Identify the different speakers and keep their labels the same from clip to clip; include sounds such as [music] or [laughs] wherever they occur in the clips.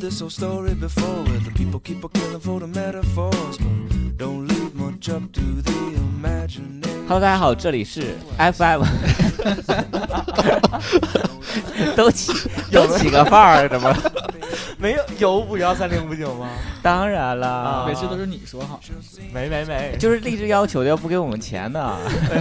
Speaker 1: this whole story before where the people keep on killing for the metaphors, but don't leave much up to the imagination.
Speaker 2: Hello，大家好，这里是 FM，都起都起个范儿，怎么？
Speaker 3: 没有有五幺三零五九吗？
Speaker 2: 当然啦
Speaker 3: 啊
Speaker 4: 每，次都是你说好，
Speaker 3: 没没没，
Speaker 2: 就是励志要求的，要不给我们钱呢。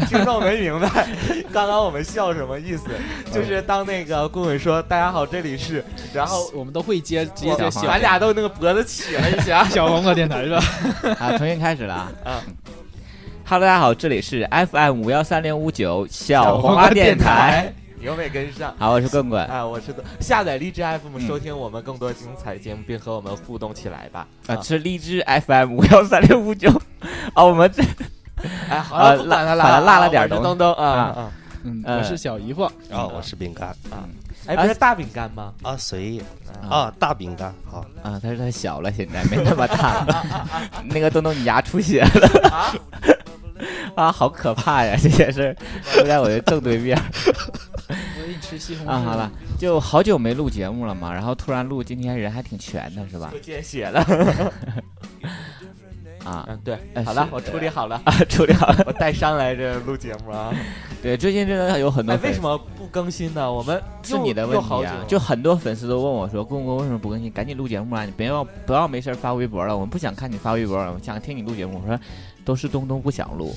Speaker 3: 听众没明白刚刚我们笑什么意思？就是当那个顾伟说“大家好，这里是”，然后
Speaker 4: 哦我们都会接直接
Speaker 3: 我
Speaker 4: 接
Speaker 2: 小
Speaker 4: 小。
Speaker 3: 咱俩都那个脖子起了一下
Speaker 4: 小黄瓜电台是吧？
Speaker 2: 啊，重新开始了啊！
Speaker 3: 啊
Speaker 2: ，Hello，大家好，这里是 FM 五幺三零五九小
Speaker 4: 黄
Speaker 2: 黄
Speaker 4: 瓜
Speaker 2: 瓜
Speaker 4: 电
Speaker 2: 电
Speaker 4: 台
Speaker 2: 台。
Speaker 3: 你又没跟上。
Speaker 2: 好，我是棍棍。
Speaker 3: 哎，我知道，下载荔枝 FM
Speaker 2: 嗯
Speaker 3: 收听我们更多精彩节目，并和我们互动起来吧。
Speaker 2: 啊，是荔枝 FM 五幺三六五九。啊，我们这
Speaker 3: 哎，好
Speaker 2: 啊
Speaker 3: 了，不管它
Speaker 2: 辣
Speaker 3: 了，
Speaker 2: 辣了
Speaker 3: 啊
Speaker 2: 点儿
Speaker 3: 我是
Speaker 2: 东西
Speaker 3: 东东啊
Speaker 2: 啊
Speaker 3: 啊！
Speaker 4: 嗯，
Speaker 2: 呃
Speaker 4: 我是小姨夫，
Speaker 5: 啊，我是饼干
Speaker 3: 哎，不是大饼干吗？
Speaker 5: 啊，随意
Speaker 3: 啊，
Speaker 5: 啊，大饼干好，
Speaker 2: 啊，他说他小了，现在没那么大了。 [laughs] 那个东东，你牙出血了 [laughs] 啊！好可怕呀，这件事儿就在我的正对面。
Speaker 3: [laughs]
Speaker 4: 我给你吃西红柿。
Speaker 2: 啊，好了，，就好久没录节目了嘛，然后突然录，今天人还挺全的，是吧
Speaker 3: 又？见血了。
Speaker 2: [laughs] 啊
Speaker 3: 嗯，对，
Speaker 2: 哎
Speaker 3: 好了
Speaker 2: 是，
Speaker 3: 我处理好了，
Speaker 2: 啊，处理好了。
Speaker 3: [laughs] 我带伤来这录节目啊。
Speaker 2: 对，最近真的有很多
Speaker 3: 哎，
Speaker 2: 粉
Speaker 3: 为
Speaker 2: 丝
Speaker 3: 什么不更新呢？我们
Speaker 2: 是
Speaker 3: 又
Speaker 2: 你的问
Speaker 3: 又好
Speaker 2: 题
Speaker 3: 久
Speaker 2: 啊！
Speaker 3: 了
Speaker 2: 就很多粉丝都问我说：“公公为什么不更新？赶紧录节目啊！你不要不要没事儿发微博了，我们不想看你发微博了，我们想听你录节目。”我说：“都是东东不想录。”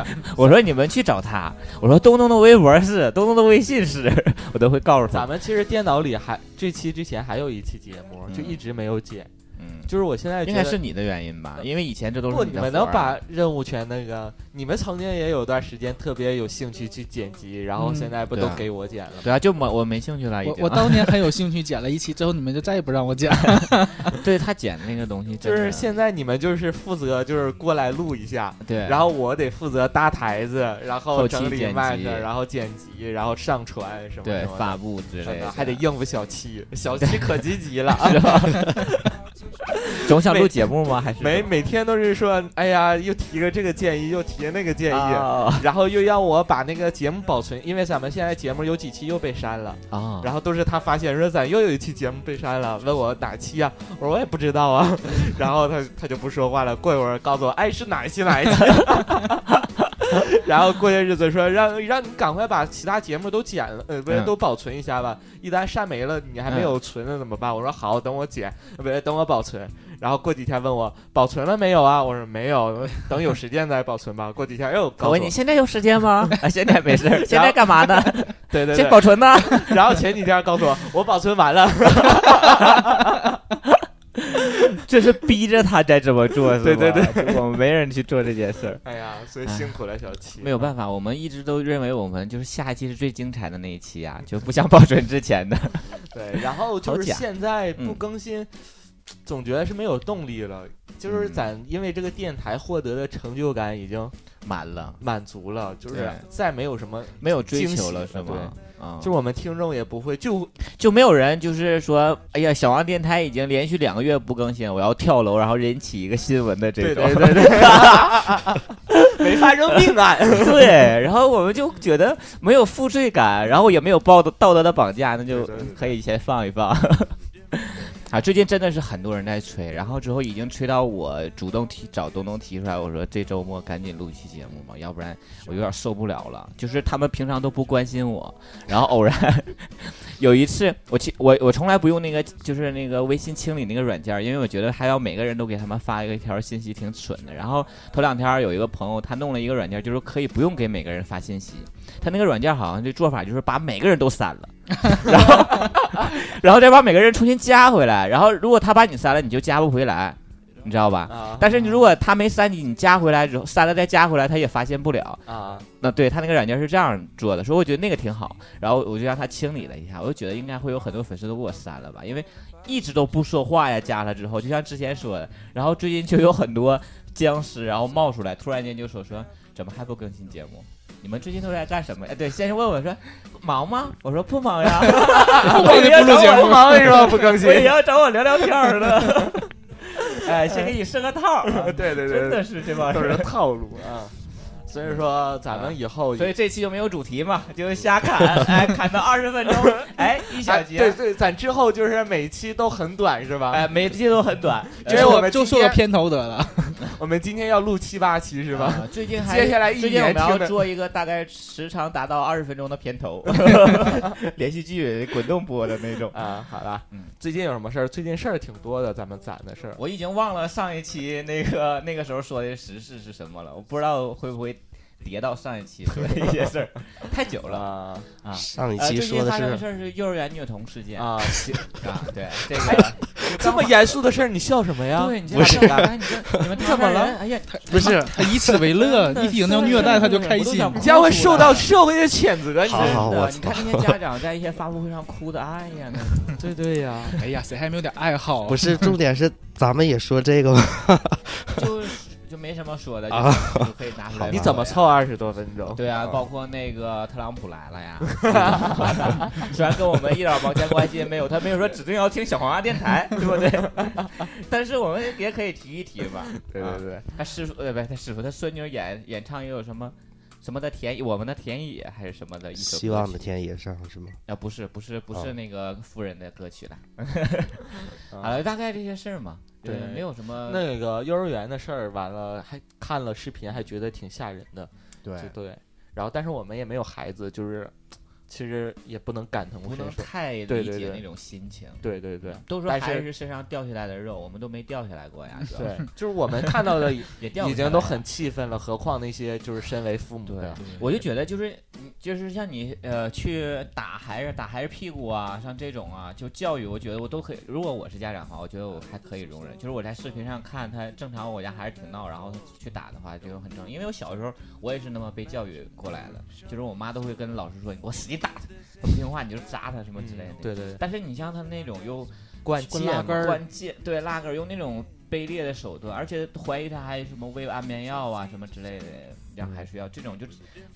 Speaker 3: [laughs]
Speaker 2: 我说：“你们去找他。”我说：“东东的微博是，东东的微信是，我都会告诉他
Speaker 3: 咱
Speaker 2: 们。
Speaker 3: 们其实电脑里还这期之前还有一期节目，
Speaker 2: 嗯
Speaker 3: 就一直没有剪。”
Speaker 2: 嗯，
Speaker 3: 就是我现在觉
Speaker 2: 应
Speaker 3: 得
Speaker 2: 该是你的原因吧，因为以前这都
Speaker 3: 不，
Speaker 2: 是
Speaker 3: 你
Speaker 2: 的
Speaker 3: 们
Speaker 2: 活儿
Speaker 3: 能
Speaker 2: 啊
Speaker 3: 把任务全那个，你们曾经也有段时间特别有兴趣去剪辑，然后
Speaker 4: 嗯
Speaker 3: 现在不
Speaker 2: 对
Speaker 3: 都
Speaker 2: 啊
Speaker 3: 给我剪了吗？
Speaker 2: 对啊，就我我没兴趣了，已
Speaker 4: 我
Speaker 2: 经。
Speaker 4: 我当年很有兴趣剪了一期，之后你们就再也不让我剪。了。
Speaker 2: [laughs] 对他剪那个东西真
Speaker 3: 就
Speaker 2: 的，
Speaker 3: 是现在你们就是负责就是过来录一下，
Speaker 2: 对，
Speaker 3: 然后我得负责搭台子，然
Speaker 2: 哎
Speaker 3: 后
Speaker 2: 后期
Speaker 3: 整理
Speaker 2: 剪
Speaker 3: 麦
Speaker 2: 辑
Speaker 3: 克，然后剪辑，然后上传什么
Speaker 2: 对
Speaker 3: 什么
Speaker 2: 发
Speaker 3: 的。
Speaker 2: 布之
Speaker 3: 什
Speaker 2: 类的，
Speaker 3: 么的还得应付
Speaker 2: [laughs]
Speaker 3: 小七，小七可积极了啊！
Speaker 2: 总想录
Speaker 3: 每
Speaker 2: 节目吗？还是
Speaker 3: 每每天都是说，哎呀，又提个这个建议，又提那个建议，
Speaker 2: 啊
Speaker 3: 然后又让我把那个节目保存，因为咱们现在节目有几期又被删了，
Speaker 2: 啊
Speaker 3: 然后都是他发现说咱又有一期节目被删了，问我哪期啊？我说我也不知道 [laughs] 啊，然后他他就不说话了。过一会儿告诉我，哎，是哪一期 [laughs] 哪一期。然后过些日子说让让你赶快把其他节目都剪了，呃，不是
Speaker 2: 嗯
Speaker 3: 都保存一下吧，一旦删没了你还没有存呢怎么办？我说好，等我剪，呃不是等我保存。然后过几天问我保存了没有啊？我说没有， [laughs] 等有时间再保存吧。过几天又告
Speaker 2: 我
Speaker 3: 诉我
Speaker 2: 问，你现在有时间吗？ [laughs] 啊，现在没事儿，现
Speaker 3: 然
Speaker 2: 在
Speaker 3: 后
Speaker 2: 干嘛 [laughs] 呢？
Speaker 3: 对 [laughs] 对
Speaker 2: 先
Speaker 3: 对，
Speaker 2: 保存呢。 [laughs]
Speaker 3: 然后前几天告诉我我保存完了。
Speaker 2: 这是逼着他在这么做，是吧？
Speaker 3: 对对
Speaker 2: 对， [laughs] 我们没人去做这件事儿。
Speaker 3: [laughs] 哎呀，所以
Speaker 2: 哎
Speaker 3: 辛苦了小七，
Speaker 2: 没有办法，我们一直都认为我们就是下一期是最精彩的那一期啊，就不 [laughs] 想保存之前的。
Speaker 3: [laughs] 对，然后就
Speaker 2: 好
Speaker 3: 是
Speaker 2: 假
Speaker 3: 现在不
Speaker 2: 嗯
Speaker 3: 更新，总觉得是没有动力了。就是
Speaker 2: 嗯
Speaker 3: 咱因为这个电台获得的成就感已经
Speaker 2: 满了，
Speaker 3: 满足了，就是
Speaker 2: 对嗯
Speaker 3: 再没有什么，
Speaker 2: 没有追求了，
Speaker 3: 惊喜
Speaker 2: 是吗？啊、
Speaker 3: 就是我们听众也不会就
Speaker 2: 就没有人就是说，哎呀，小王电台已经连续两个月不更新，我要跳楼，然后引起一个新闻的这
Speaker 3: 对
Speaker 2: 种。[laughs]
Speaker 3: 对对对，没发生命案。
Speaker 2: 对然后我们就觉得没有负罪感，然后也没有道德道德的绑架，那就
Speaker 3: 对对对
Speaker 2: 可以先放一放。 [laughs] 啊，最近真的是很多人在催，然后之后已经催到我主动提找东东提出来，我说这周末赶紧录一期节目吧，要不然我有点受不了了。就是他们平常都不关心我，然后偶然有一次，我去我我从来不用那个就是那个微信清理那个软件儿，因为我觉得还要每个人都给他们发一个一条信息挺蠢的。然后头两天有一个朋友，他弄了一个软件，就是可以不用给每个人发信息。他那个软件好像这做法就是把每个人都删了，然后然后再把每个人重新加回来。然后如果他把你删了，你就加不回来，你知道吧？
Speaker 3: 啊
Speaker 2: 但是你如果他没删你，你加回来之后删了再加回来，他也发现不了。
Speaker 3: 啊，
Speaker 2: 那对他那个软件是这样做的，所以我觉得那个挺好。然后我就让他清理了一下，我就觉得应该会有很多粉丝都给我删了吧，因为一直都不说话呀，加了之后，就像之前说的，然后最近就有很多僵尸然后冒出来，突然间就说说怎么还不更新节目？你们最近都在干什么呀？哎，对，先是问我说忙吗？我说不忙
Speaker 4: [laughs]
Speaker 2: 呀，我
Speaker 4: 也
Speaker 2: 也要
Speaker 4: 不录
Speaker 2: 找
Speaker 4: 节
Speaker 2: 我
Speaker 4: 目，
Speaker 2: 忙，
Speaker 3: 为
Speaker 4: [laughs]
Speaker 3: 什么不更
Speaker 2: 我也？要找我聊聊天儿的。 [laughs] 哎，先给你设个套儿啊，
Speaker 4: [laughs]
Speaker 3: 对对
Speaker 2: 真
Speaker 3: 对，
Speaker 2: 的是这帮
Speaker 3: 都
Speaker 2: 人
Speaker 3: 是。套路啊。所以说咱们以后
Speaker 2: 所以这期就没有主题嘛， [laughs] 就是瞎砍，哎，砍到二十
Speaker 3: [laughs]
Speaker 2: 分钟，哎，一小
Speaker 3: 哎对
Speaker 2: 节，
Speaker 3: 对，咱之后就是每期都很短是吧？
Speaker 2: 哎，每期都很
Speaker 3: [laughs]
Speaker 2: 短，
Speaker 3: 因为我们
Speaker 4: 就
Speaker 3: 今
Speaker 4: 说个片
Speaker 3: 天
Speaker 4: 头得了，
Speaker 3: 我们今天要录七八期是吧？
Speaker 2: 啊？最近还
Speaker 3: 接下来一
Speaker 2: 最近我
Speaker 3: 年
Speaker 2: 们要
Speaker 3: 听的
Speaker 2: 做一个大概时长达到二十分钟的片
Speaker 3: [laughs]
Speaker 2: 头，连续剧滚动播的那种。
Speaker 3: 啊，好了
Speaker 2: 嗯，
Speaker 3: 最近有什么事儿？最近事儿挺多的，咱们攒的事儿。
Speaker 2: 我已经忘了上一期那个 [laughs] 那个时候说的时事是什么了，我不知道会不会叠到上一期说的一些事
Speaker 3: [laughs]
Speaker 2: 儿，太久了。
Speaker 3: 啊
Speaker 5: 上一
Speaker 2: 呃，
Speaker 5: 期
Speaker 2: 最
Speaker 5: 说
Speaker 2: 近
Speaker 5: 的
Speaker 2: 发生的
Speaker 5: 是
Speaker 2: 事儿是幼儿园女童事件啊，
Speaker 3: 啊！行
Speaker 2: 对这个，
Speaker 3: 这么严肃的事儿，你笑什么呀？
Speaker 2: 对，你这
Speaker 5: 不是
Speaker 2: 俩正哎你这你们
Speaker 3: 怎么
Speaker 2: 唐山
Speaker 3: 了
Speaker 2: 人？哎呀，
Speaker 5: 不是？
Speaker 4: [laughs] 他以此为乐，一听到虐待他就开心。
Speaker 3: 你将会受到社会的谴责。你
Speaker 5: 好
Speaker 3: 这
Speaker 5: 好，
Speaker 2: 真的
Speaker 5: 我
Speaker 2: 你看那些家长在一些发布会上哭的，哎呀，那
Speaker 3: 对对呀，
Speaker 4: 哎呀，谁还没有点爱好？啊
Speaker 5: 不是重点是咱们也说这个吗？
Speaker 2: 就就没什么说的，就
Speaker 5: 啊
Speaker 2: 就可以拿出来。
Speaker 3: 你怎么？凑二十多分钟？
Speaker 2: 对啊，
Speaker 5: 啊
Speaker 2: 包括那个特朗普来了呀， [laughs] 虽然跟我们一点毛钱关系也没有，他没有说指定要听小黄鸭电台，对不对？ [laughs] 但是我们也可以提一提吧。
Speaker 3: 对对对，
Speaker 2: 他师傅呃不是他师傅，他孙女演演唱也有什么什么的田我们的田野还是什么的一首歌曲
Speaker 5: 希望的天也上是吗？
Speaker 2: 啊不是不是不是
Speaker 5: 哦
Speaker 2: 那个夫人的歌曲了。
Speaker 3: 啊
Speaker 2: 好了，大概这些事儿嘛，
Speaker 3: 对
Speaker 2: 呃没有什么
Speaker 3: 那个幼儿园的事儿完了，还看了视频，还觉得挺吓人的。
Speaker 2: 对
Speaker 3: 就对，然后但是我们也没有孩子，就是其实也不能感同
Speaker 2: 不
Speaker 3: 身
Speaker 2: 能
Speaker 3: 受。
Speaker 2: 太
Speaker 3: 对
Speaker 2: 理
Speaker 3: 对
Speaker 2: 解
Speaker 3: 对
Speaker 2: 那种心情。
Speaker 3: 对
Speaker 2: [laughs]
Speaker 3: 对对
Speaker 2: 都说
Speaker 3: 但
Speaker 2: 孩
Speaker 3: 是
Speaker 2: 子是身上掉下来的肉，我们都没掉下来过
Speaker 3: [laughs]
Speaker 2: 呀，主要
Speaker 3: 对，就是我们看到的已
Speaker 2: 也掉不
Speaker 3: 已
Speaker 2: 下来
Speaker 3: 经都
Speaker 2: 呀
Speaker 3: 很气愤了，何况那些就是身为父母的。
Speaker 2: 我就觉得就是嗯就是像你呃去打孩子打孩子屁股啊，像这种啊，就教育，我觉得我都可以。如果我是家长的话，我觉得我还可以容忍。就是我在视频上看他正常，我家孩子挺闹，然后他去打的话，这种很正常。因为我小时候我也是那么被教育过来的，就是我妈都会跟老师说，你给我使劲打他，他不听话你就扎他什么之类的。
Speaker 3: 嗯对对，对
Speaker 2: 但是你像他那种又
Speaker 3: 灌
Speaker 2: 关
Speaker 3: 芥末
Speaker 2: 关键对拉杆儿用那种卑劣的手段，而且怀疑他还什么喂安眠药啊什么之类的，然后还
Speaker 3: 嗯
Speaker 2: 是要这种就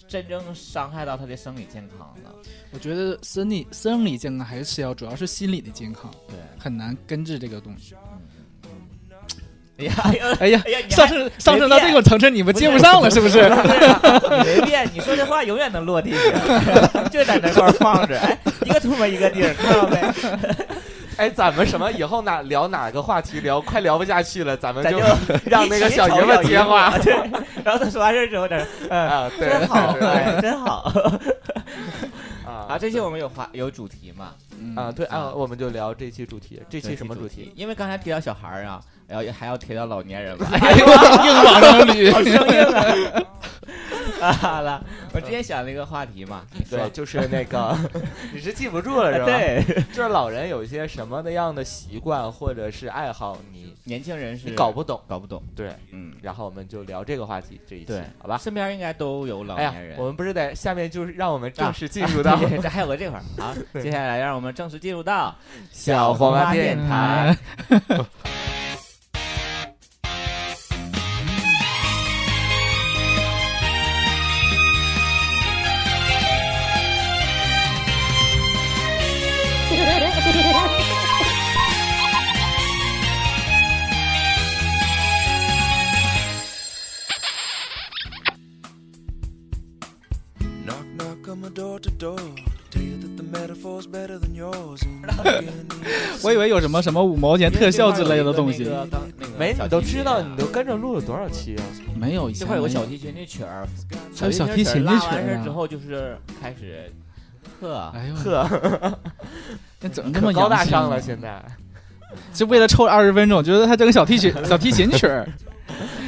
Speaker 2: 真正伤害到他的生理健康了。
Speaker 4: 我觉得生理生理健康还是次要，主要是心理的健康，
Speaker 2: 对，
Speaker 4: 很难根治这个东西。
Speaker 2: [laughs] 哎呀哎呀
Speaker 4: 哎呀，
Speaker 2: 哎呀，你
Speaker 4: 上
Speaker 2: 还
Speaker 4: 升上升到这种层次，你们接不上
Speaker 2: [laughs]
Speaker 4: 了是不是？
Speaker 2: 你没变，你说这话永远能落地， [laughs] 就在那块儿放着，哎，一个土嘛一个地儿，看到没？
Speaker 3: 哎，咱们什么以后哪聊哪个话题聊，快聊不下去了，咱们
Speaker 2: 咱
Speaker 3: 就
Speaker 2: 就
Speaker 3: [laughs] 让那个小爷们接话。
Speaker 2: 对，然后他说完事儿之后，他说嗯，
Speaker 3: 啊，对，
Speaker 2: 真好，
Speaker 3: 对
Speaker 2: 哎，真好
Speaker 3: 啊
Speaker 2: 啊！嗯这期我们有话有主题嘛？
Speaker 3: 啊，对啊，我们就聊这期主题，这期什么主题？？
Speaker 2: 因为刚才提到小孩儿啊，然后还要提到老年
Speaker 3: [laughs]
Speaker 2: 人嘛，
Speaker 4: 哎呦，硬往上
Speaker 2: 好
Speaker 4: 捋。
Speaker 2: 生硬啊！啊好了，我之前想了一个话题嘛，你说
Speaker 3: 对，就是
Speaker 2: [laughs]
Speaker 3: 那个，你是记不住了是吧？，
Speaker 2: 对，
Speaker 3: [laughs] 就是老人有一些什么的样的习惯或者是爱好，你
Speaker 2: 年轻人是
Speaker 3: 你搞不懂。
Speaker 2: 搞不懂，
Speaker 3: 对，
Speaker 2: 嗯，
Speaker 3: 然后我们就聊这个话题这一期
Speaker 2: 对，
Speaker 3: 好吧？
Speaker 2: 身边应该都有老
Speaker 3: 哎呀
Speaker 2: 年，人
Speaker 3: 我。们不是得下面就是让我们正式进入
Speaker 2: 啊 [laughs]
Speaker 3: 到
Speaker 2: 对这还有个这会儿
Speaker 3: [laughs]
Speaker 2: 好，接下来让我们正式进入到
Speaker 3: 小黄
Speaker 2: 花
Speaker 3: 花哎
Speaker 2: 电
Speaker 3: 电
Speaker 2: 台
Speaker 3: 台。
Speaker 1: Knock, knock on my door to door. Tell you that the metaphor's better than yours. and
Speaker 2: [laughs]
Speaker 1: you can even
Speaker 4: 我以为有什么什么五毛钱特效之类的东
Speaker 2: 因
Speaker 4: 西
Speaker 2: 为，这块儿有一个那个
Speaker 3: 没，
Speaker 2: 小
Speaker 3: 你都
Speaker 2: 提琴
Speaker 3: 知道，
Speaker 2: 啊
Speaker 3: 你都跟着录了多少期啊？
Speaker 4: 没有。以
Speaker 2: 这
Speaker 4: 前
Speaker 2: 块有个
Speaker 4: 没
Speaker 2: 小提琴的曲儿，
Speaker 4: 还有小提
Speaker 2: 提
Speaker 4: 琴的
Speaker 2: 拉
Speaker 4: 曲
Speaker 2: 完事
Speaker 4: 儿
Speaker 2: 儿
Speaker 4: 啊
Speaker 2: 之后就是开始呵，
Speaker 4: 哎呦，
Speaker 3: 呵，
Speaker 2: [laughs]
Speaker 4: 那怎么这
Speaker 3: 可
Speaker 4: 么
Speaker 3: 高大上
Speaker 4: 了
Speaker 3: 了，？现在。
Speaker 4: 就为了凑二十分钟，觉得他这个小提琴小提琴曲
Speaker 2: [laughs]
Speaker 4: 儿，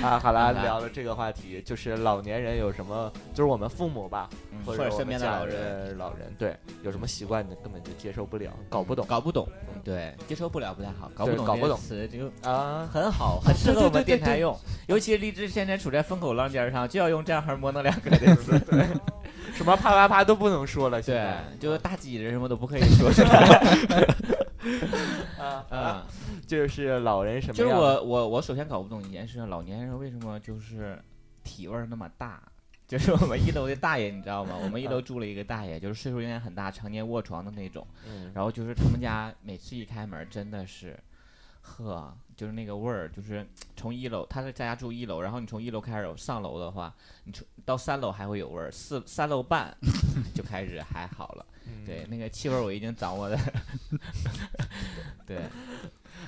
Speaker 3: 啊，好了，
Speaker 2: 好吧
Speaker 3: 聊了这个话题，就是老年人有什么，就是我们父母吧，
Speaker 2: 嗯
Speaker 3: 或
Speaker 2: 或
Speaker 3: 者
Speaker 2: 者
Speaker 3: 我
Speaker 2: 身
Speaker 3: 们
Speaker 2: 边的
Speaker 3: 家
Speaker 2: 老人
Speaker 3: 人、老人，对，有什么习惯你根本就接受不了，搞不懂
Speaker 2: 搞不懂，对，接受不了不太好，搞不
Speaker 3: 对
Speaker 2: 懂
Speaker 3: 搞
Speaker 2: 这
Speaker 3: 不
Speaker 2: 个
Speaker 3: 懂
Speaker 2: 词就
Speaker 3: 啊。
Speaker 2: 很好，很适合我 [laughs]
Speaker 3: 对
Speaker 2: 们
Speaker 3: 对对
Speaker 2: 电台用。尤其荔枝现在处在风口浪尖儿上，就要用这样横模棱两可的词。
Speaker 3: 什么啪啪啪都不能说了，现
Speaker 2: [laughs] 对 [laughs]
Speaker 3: 在，
Speaker 2: 就是大挤人什么都不可以说出 [laughs] 来。
Speaker 3: 啊
Speaker 2: [laughs]
Speaker 3: 啊，
Speaker 2: 嗯，
Speaker 3: 就是老人什
Speaker 2: 就是
Speaker 3: 么样
Speaker 2: 我
Speaker 3: 的？
Speaker 2: 我我首先搞不懂一件事，老年人为什么就是体味儿那么大。就是我们一楼的大爷，你知道吗？我们一楼住了一个大爷，就是岁数应该很大，常年卧床的那种。
Speaker 3: 嗯
Speaker 2: 然后就是他们家每次一开门，真的是，呵，就是那个味儿，就是从一楼，他在家住一楼，然后你从一楼开始上楼的话，你从到三楼还会有味儿，四三楼半就开始还好了。
Speaker 3: 嗯
Speaker 2: 对，那个气味儿我已经掌握的， [laughs] 对，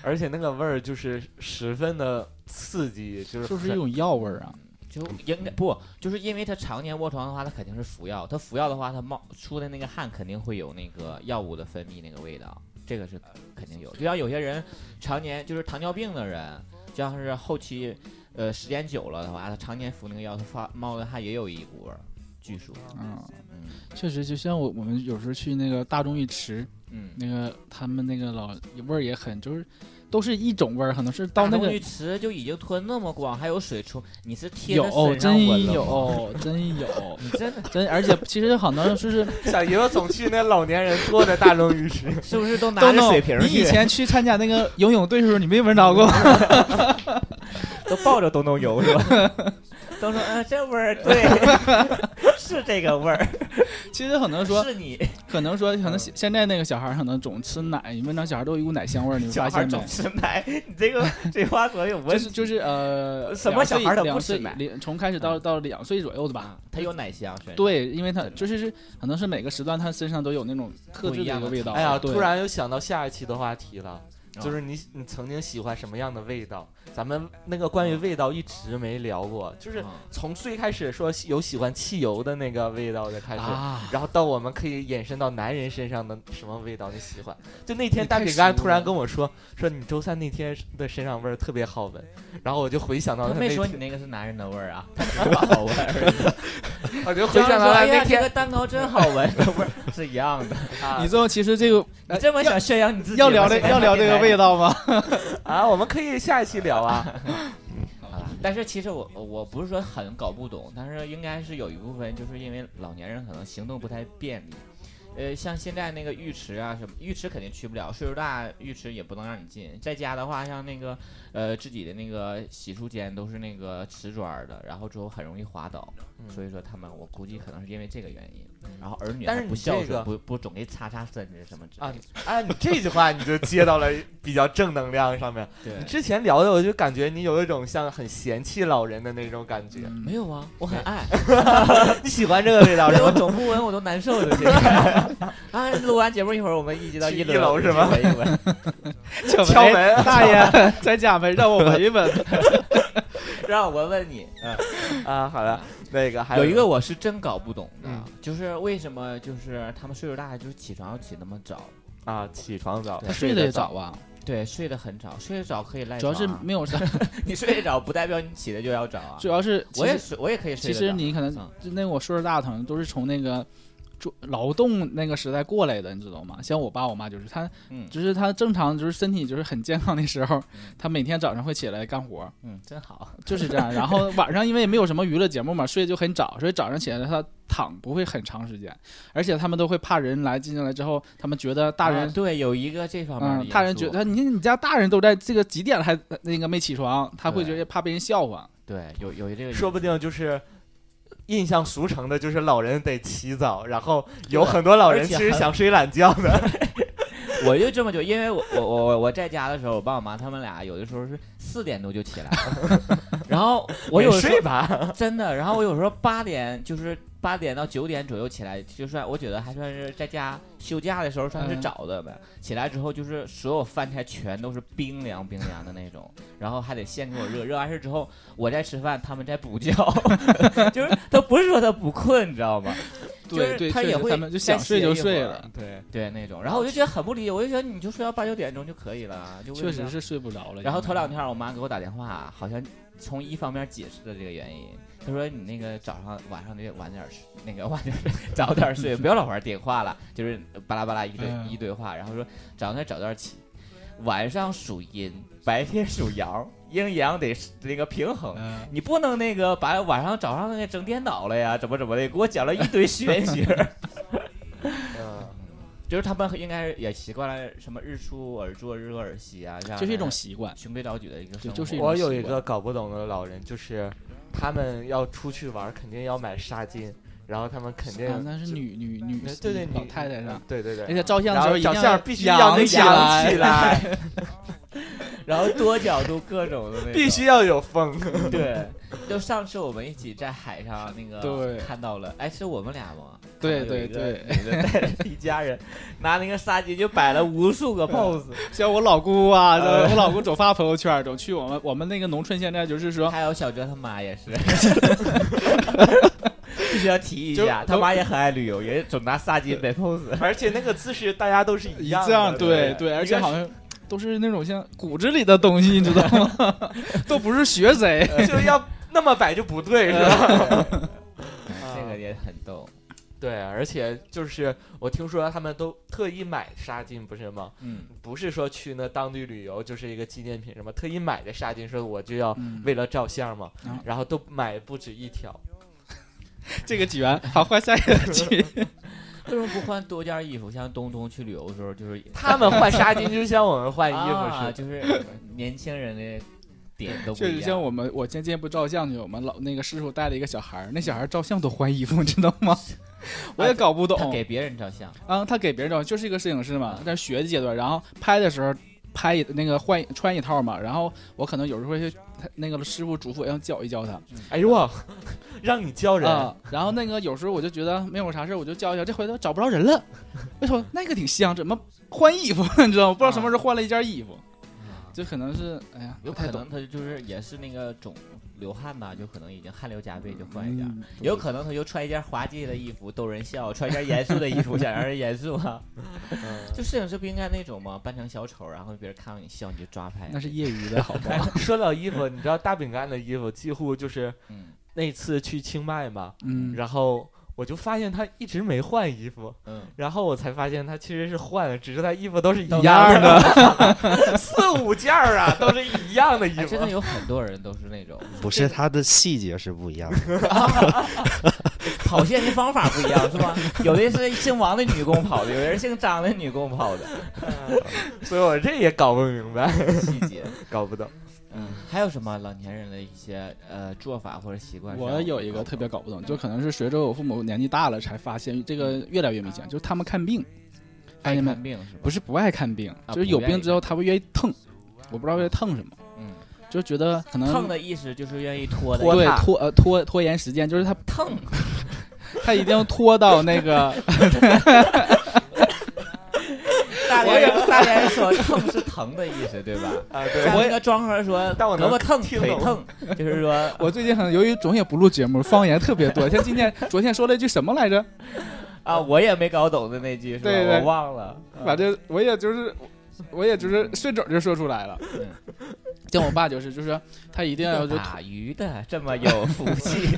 Speaker 3: 而且那个味儿就是十分的刺激，就是
Speaker 4: 是不是
Speaker 3: 很
Speaker 4: 一种药味儿啊？
Speaker 2: 就嗯应该不就是因为他常年卧床的话，他肯定是服药，他服药的话，他冒出的那个汗肯定会有那个药物的分泌那个味道，这个是肯定有。就像有些人常年就是糖尿病的人，就像是后期呃时间久了的话，他常年服那个药，他发冒的汗也有一股味儿，据说，
Speaker 4: 嗯，
Speaker 2: 嗯
Speaker 4: 确实，就像我我们有时候去那个大众浴池，
Speaker 2: 嗯。
Speaker 4: 那个他们那个老味儿也很，就是都是一种味儿，可能是到那
Speaker 2: 大
Speaker 4: 个
Speaker 2: 众浴池就已经吞那么广，还有水冲，你是贴在
Speaker 4: 有哦
Speaker 2: 身上闻
Speaker 4: 真
Speaker 2: 了吗，
Speaker 4: 有真有
Speaker 2: [laughs] 你真的
Speaker 4: 真，而且其实好多就是
Speaker 3: 小姨子总去那老年人坐的大众浴池，
Speaker 2: 是不是
Speaker 4: [laughs]
Speaker 2: 都拿
Speaker 4: 东
Speaker 2: 着
Speaker 4: 东
Speaker 2: 水瓶，
Speaker 4: 你
Speaker 2: 去，
Speaker 4: 以前去参加那个游泳队的时候，你没闻
Speaker 2: [laughs]
Speaker 4: 着过？
Speaker 2: 都抱着东东游是吧？东东，嗯，这味儿对， [laughs] 是这个味儿，
Speaker 4: 其实可能说，
Speaker 2: 是你
Speaker 4: 可能说，可能现现在那个小孩儿可能总吃奶，你闻着小孩儿都有一股奶香味儿，你们
Speaker 2: 小
Speaker 4: 发
Speaker 2: 孩
Speaker 4: 现
Speaker 2: 总
Speaker 4: 没？
Speaker 2: 吃奶，你这个这话怎么有
Speaker 4: 就
Speaker 2: 问
Speaker 4: 是
Speaker 2: 题？
Speaker 4: 就是呃，
Speaker 2: 什么小孩儿都不
Speaker 4: 两
Speaker 2: 吃
Speaker 4: 岁
Speaker 2: 奶
Speaker 4: 两岁两从开始到到两岁左右的吧
Speaker 2: 啊。它有奶香，是吧，
Speaker 4: 对，因为他就是是，可能是每个时段他身上都有那种特
Speaker 2: 不
Speaker 4: 制
Speaker 2: 一样
Speaker 4: 的一
Speaker 2: 的
Speaker 4: 个味道。
Speaker 3: 哎呀，
Speaker 4: 对
Speaker 3: 突然又想到下一期的话题了，
Speaker 2: 啊
Speaker 3: 就是你你曾经喜欢什么样的味道？咱们那个关于味道一直没聊过，就是
Speaker 2: 啊
Speaker 3: 从最开始说有喜欢汽油的那个味道的开始。
Speaker 4: 啊，
Speaker 3: 然后到我们可以延伸到男人身上的什么味道你喜欢？就那天
Speaker 4: 你
Speaker 3: 大
Speaker 4: 太
Speaker 3: 饼干
Speaker 4: 熟
Speaker 3: 突然
Speaker 4: 了
Speaker 3: 跟我说，说你周三那天的身上味儿特别好闻，然后我就回想到
Speaker 2: 他
Speaker 3: 他
Speaker 2: 没
Speaker 3: 那
Speaker 2: 说
Speaker 3: 天
Speaker 2: 你那个是男人的味儿 [laughs] 啊，他只是好闻而已。
Speaker 3: [laughs] 我就回
Speaker 2: 就
Speaker 3: 想
Speaker 2: 像
Speaker 3: 到
Speaker 2: 说，
Speaker 3: 他
Speaker 2: 哎
Speaker 3: 那
Speaker 2: 呀，这
Speaker 3: 天
Speaker 2: 个蛋糕真好 [laughs] 闻，的味儿是一样的。
Speaker 3: 啊
Speaker 4: 你最后其实这个
Speaker 2: 你这么想宣扬你自己吗，
Speaker 4: 要聊这要聊
Speaker 2: [laughs]
Speaker 4: 这个味
Speaker 2: 道。
Speaker 4: 道吗？
Speaker 3: 啊，我们可以下一期聊啊。
Speaker 2: 啊但是其实我我不是说很搞不懂，但是应该是有一部分就是因为老年人可能行动不太便利，呃，像现在那个浴池啊什么，浴池肯定去不了，岁数大浴池也不能让你进。在家的话，像那个呃自己的那个洗漱间都是那个瓷砖儿的，然后之后很容易滑倒，
Speaker 3: 嗯
Speaker 2: 所以说他们我估计可能是因为这个原因，然后儿女
Speaker 3: 但
Speaker 2: 还
Speaker 3: 是
Speaker 2: 不
Speaker 3: 你
Speaker 2: 孝
Speaker 3: 这
Speaker 2: 顺，
Speaker 3: 个
Speaker 2: 不不总给擦擦身子什么之类
Speaker 3: 啊
Speaker 2: 的，
Speaker 3: 啊！你这句话你就接到了比较正能量上面。
Speaker 2: [laughs] 对
Speaker 3: 你之前聊的，我就感觉你有一种像很嫌弃老人的那种感觉。
Speaker 2: 没有啊，我很爱。
Speaker 3: 你喜欢这个味道是
Speaker 2: 我
Speaker 3: 吗？
Speaker 2: 总不闻我都难受的。这个 [laughs] 啊，录完节目一会儿，我们一级到
Speaker 3: 去
Speaker 2: 一
Speaker 3: 一楼是吗
Speaker 2: 闻一闻
Speaker 4: 敲
Speaker 3: 敲门
Speaker 4: 哎大 [laughs] 爷在家没？让我闻一闻。
Speaker 2: 让我问
Speaker 3: [laughs]
Speaker 2: 你，
Speaker 3: 啊，好了，那个还
Speaker 2: 有一个我是真搞不懂的
Speaker 3: 嗯，
Speaker 2: 就是为什么就是他们岁数大，就是起床要起那么早？
Speaker 3: 啊，起床早，
Speaker 4: 他睡得
Speaker 3: 得
Speaker 4: 也早啊，
Speaker 2: 对，睡得很早，睡得早可以赖
Speaker 4: 主要
Speaker 2: 床啊。
Speaker 4: 是没有啥，
Speaker 2: 你睡得早，不代表你起的就要早啊。
Speaker 4: 主要是其
Speaker 2: 我也
Speaker 4: 实
Speaker 2: 是，我也可以睡
Speaker 4: 其
Speaker 2: 得早。
Speaker 4: 实你可能
Speaker 2: 嗯
Speaker 4: 就那我岁数大，可能都是从那个做劳动那个时代过来的，你知道吗？像我爸我妈就是，他
Speaker 2: 嗯
Speaker 4: 就是他正常就是身体就是很健康的时候
Speaker 2: 嗯，
Speaker 4: [laughs] 他每天早上会起来干活，
Speaker 2: 嗯，真好。
Speaker 4: 就是这样。然后晚上因为也没有什么娱乐节目嘛，睡得就很早，所以早上起来他躺不会很长时间，而且他们都会怕人来进来之后，他们觉得大
Speaker 2: 啊
Speaker 4: 人。
Speaker 2: 对有一个这方面的
Speaker 4: 嗯
Speaker 2: 因，素，
Speaker 4: 大人觉得你你家大人都在这个几点了还那个没起床，他会觉得怕被人笑话。
Speaker 2: 对有有这个因素
Speaker 3: 说不定就是。印象俗成的就是老人得起早，然后有很多老人
Speaker 2: 而
Speaker 3: 其
Speaker 2: 且
Speaker 3: 实
Speaker 2: 还
Speaker 3: 想睡懒觉的。
Speaker 2: 我就这么觉得，因为我我我我我在家的时候，我爸我妈他们俩有的时候是四点多就起来了， [laughs] 然后 [laughs] 我有
Speaker 3: 没
Speaker 2: 时候嗯
Speaker 3: 睡吧，嗯
Speaker 2: 真的，然后我有时候八点就是八点到九点左右起来，就算我觉得还算是在家休假的时候算是
Speaker 4: 嗯
Speaker 2: 早的吧。起来之后就是所有饭菜全都是冰凉冰凉的那种，然后还得现给我热，热完事之后我在吃饭，他们在补觉， [laughs] 就是他不是说他不困，你知道吗？就是
Speaker 4: 对对，
Speaker 2: 他
Speaker 4: 确
Speaker 2: 也
Speaker 4: 实
Speaker 2: 会
Speaker 4: 他们就
Speaker 2: 再
Speaker 4: 想睡
Speaker 2: 歇
Speaker 4: 就
Speaker 2: 一会
Speaker 4: 睡
Speaker 2: 儿
Speaker 4: 了，对，
Speaker 2: 对那种，然后我就觉得很不理解，我就觉得你就睡到八九点钟就可以了，啊就为
Speaker 4: 确
Speaker 2: 什么
Speaker 4: 实是睡不着了。
Speaker 2: 然后
Speaker 4: 现
Speaker 2: 头
Speaker 4: 在
Speaker 2: 两天我妈给我打电话，好像从一方面解释了这个原因。她说你那个早上晚上得晚点儿睡，那个晚点儿睡，早点儿睡，不要老玩电话了，就是巴拉巴拉一堆、
Speaker 4: 嗯
Speaker 2: 一堆话。然后说早上再早点起，晚上属阴，白天属阳，阴阳得是那个平衡。
Speaker 4: 嗯，
Speaker 2: 你不能那个把晚上早上那个整颠倒了呀，怎么怎么的，给我讲了一堆玄学 [laughs] 儿。就是他们应该也习惯了什么日出而作，日落而息啊，这样
Speaker 4: 嗯就是一种
Speaker 2: 的
Speaker 4: 习惯。
Speaker 2: 循规蹈矩的一个生活。
Speaker 4: 就是一种
Speaker 3: 我有
Speaker 4: 习
Speaker 3: 一
Speaker 4: 惯
Speaker 3: 个搞不懂的老人，就是他们要出去玩儿，肯定要买纱巾，然后他们肯定
Speaker 4: 啊，那是女女女
Speaker 3: 对对对，
Speaker 4: 老
Speaker 3: 女
Speaker 4: 太太是吧？哎
Speaker 3: 对对对，
Speaker 4: 而且照相
Speaker 3: 然
Speaker 4: 的时
Speaker 3: 后
Speaker 4: 候一定
Speaker 3: 照相必
Speaker 4: [laughs]
Speaker 3: 须
Speaker 4: 要
Speaker 3: 那
Speaker 4: 扬
Speaker 3: 扬
Speaker 4: 来，
Speaker 3: 起来，
Speaker 2: 然后多角度各种的那种
Speaker 3: 必须要有风。
Speaker 4: [laughs]
Speaker 2: 对。就上次我们一起在海上那个
Speaker 4: 对
Speaker 2: 看到了，哎，是我们俩吗？
Speaker 4: 对
Speaker 2: 看到有一个
Speaker 4: 对
Speaker 2: 女的带着一家人，拿那个纱巾就摆了无数个 pose，
Speaker 4: [laughs] 像我老姑
Speaker 3: [laughs]
Speaker 4: 啊，我老姑总发朋友圈，总去我们我们那个农村，现在就是说，
Speaker 2: 还有小哲他妈也
Speaker 4: [laughs]
Speaker 2: 是，必须要提一下，
Speaker 4: 就
Speaker 2: 他妈也很爱旅游，也总拿纱巾摆 pose。
Speaker 3: 而且那个姿势大家都是一
Speaker 4: 一
Speaker 3: 样的，
Speaker 4: 样对
Speaker 3: 对，
Speaker 4: 而且好像都是那种像骨子里的东西，你知道吗？ [laughs] 都不是学谁。
Speaker 3: 像就要那么摆就不
Speaker 4: [laughs]
Speaker 3: 对，是吧？
Speaker 2: 这
Speaker 3: 啊
Speaker 2: 个也很逗，
Speaker 3: 对，而且就是我听说他们都特意买纱巾，不是吗？
Speaker 2: 嗯，
Speaker 3: 不是说去那当地旅游就是一个纪念品什么，特意买的纱巾，说我就要
Speaker 4: 嗯
Speaker 3: 为了照相嘛，
Speaker 4: 啊
Speaker 3: 然后都买不止一条。
Speaker 4: 这个起源，好换下一个起。
Speaker 2: 嗯为什么不换多件衣服？像东东去旅游的时候，就是 [laughs]
Speaker 3: 他们换纱巾就像我们换衣服
Speaker 2: 啊，
Speaker 3: 似的，
Speaker 2: 就是年轻人的点都不
Speaker 4: 就
Speaker 2: 一
Speaker 4: 是
Speaker 2: 样。
Speaker 4: 像我们，我前几天不照相去，我们老那个师傅带了一个小孩
Speaker 2: 嗯
Speaker 4: 儿，那小孩儿照相都换衣服，你知道
Speaker 2: [laughs]
Speaker 4: 吗？我也搞不懂。
Speaker 2: 他给别人照相，
Speaker 4: 啊、他给别人照相就是一个摄影师嘛
Speaker 2: 啊，
Speaker 4: 在学的阶段，然后拍的时候拍一那个换一穿一套嘛，然后我可能有时候会去他那个师傅嘱咐要教一教他
Speaker 3: 哎呦我， [laughs] 让你教人，
Speaker 4: 啊、然后那个有时候我就觉得没有啥事儿我就教一教，这回头找不着人了，为什么那个挺香，怎么换衣服你知道吗？不知道什么时候换了一件衣服，
Speaker 2: 啊
Speaker 4: 就可能是哎呀，
Speaker 2: 有
Speaker 4: 不
Speaker 2: 可
Speaker 4: 太懂
Speaker 2: 能他就是也是那个肿流汗吧，就可能已经汗流浃背，就换一件。
Speaker 4: 嗯
Speaker 2: 有可能他就穿一件滑稽的衣服逗人笑，穿一件严肃的衣服想让人严肃啊。就摄影师不应该那种吗？扮成小丑，然后别人看到你笑你就抓拍。
Speaker 4: 那是业余的好不
Speaker 3: 哎
Speaker 4: 好？
Speaker 3: 说到衣服，你知道大饼干的衣服几乎就是
Speaker 2: 嗯
Speaker 3: 那次去清迈嘛，
Speaker 4: 嗯，
Speaker 3: 然后我就发现他一直没换衣服，
Speaker 2: 嗯，
Speaker 3: 然后我才发现他其实是换了，只是他衣服都是一
Speaker 4: 都
Speaker 3: 样
Speaker 4: 样
Speaker 3: 的， [laughs] 四五件儿啊，都是一样的衣
Speaker 2: 哎，
Speaker 3: 服
Speaker 2: 真。的有很多人都是那种
Speaker 5: 不是它的细节是不一样的，
Speaker 2: 跑线的方法不一样是吧？有的是姓王的女工跑的，有的是姓张的女工跑的，
Speaker 3: 所以我这也搞不明白，
Speaker 2: 细节。
Speaker 3: 搞不懂。
Speaker 2: 嗯，还有什么老年人的一些呃做法或者习惯是让
Speaker 4: 我
Speaker 2: 们
Speaker 4: 有一个
Speaker 2: 搞
Speaker 4: 特别搞不懂，
Speaker 2: 嗯
Speaker 4: 就可能是随着我父母年纪大了，才发现这个越来越明显，就是他们看病，发
Speaker 2: 爱
Speaker 4: 现没有
Speaker 2: 看？病是吧？
Speaker 4: 不
Speaker 2: 是，
Speaker 4: 是不爱看病，
Speaker 2: 啊
Speaker 4: 就是有病之后他会愿意疼，我不知道愿意疼什么，
Speaker 2: 嗯，
Speaker 4: 就觉得可能
Speaker 2: 蹭的意思就是愿意拖的意思，
Speaker 3: 嗯拖
Speaker 4: 对
Speaker 3: 沓
Speaker 4: 拖呃拖拖延时间，就是他
Speaker 2: 蹭
Speaker 4: [laughs] 他一定要拖到那个
Speaker 2: 大连人，大连人说蹭是疼的意思，对吧？
Speaker 3: [laughs] 啊，
Speaker 2: 像
Speaker 3: 对，
Speaker 2: 那个庄河说
Speaker 3: 但我
Speaker 2: 胳
Speaker 3: 能
Speaker 2: 膊蹭、
Speaker 3: 听
Speaker 2: 腿
Speaker 3: 懂
Speaker 2: 蹭，
Speaker 3: [laughs]
Speaker 2: 就是说
Speaker 4: 我最近很由于总也不录节目，方言特别多，像今天昨天说了一句什么来着？
Speaker 2: 啊，我也没搞懂的那句是吧？
Speaker 4: 对对
Speaker 2: 我忘了。
Speaker 3: 嗯
Speaker 4: 反正我也就是，我也就是顺嘴就说出来了。 [laughs] 像我爸就是，就是说他一定要就
Speaker 2: 嗯打鱼的这么有福
Speaker 3: [laughs]
Speaker 2: 气，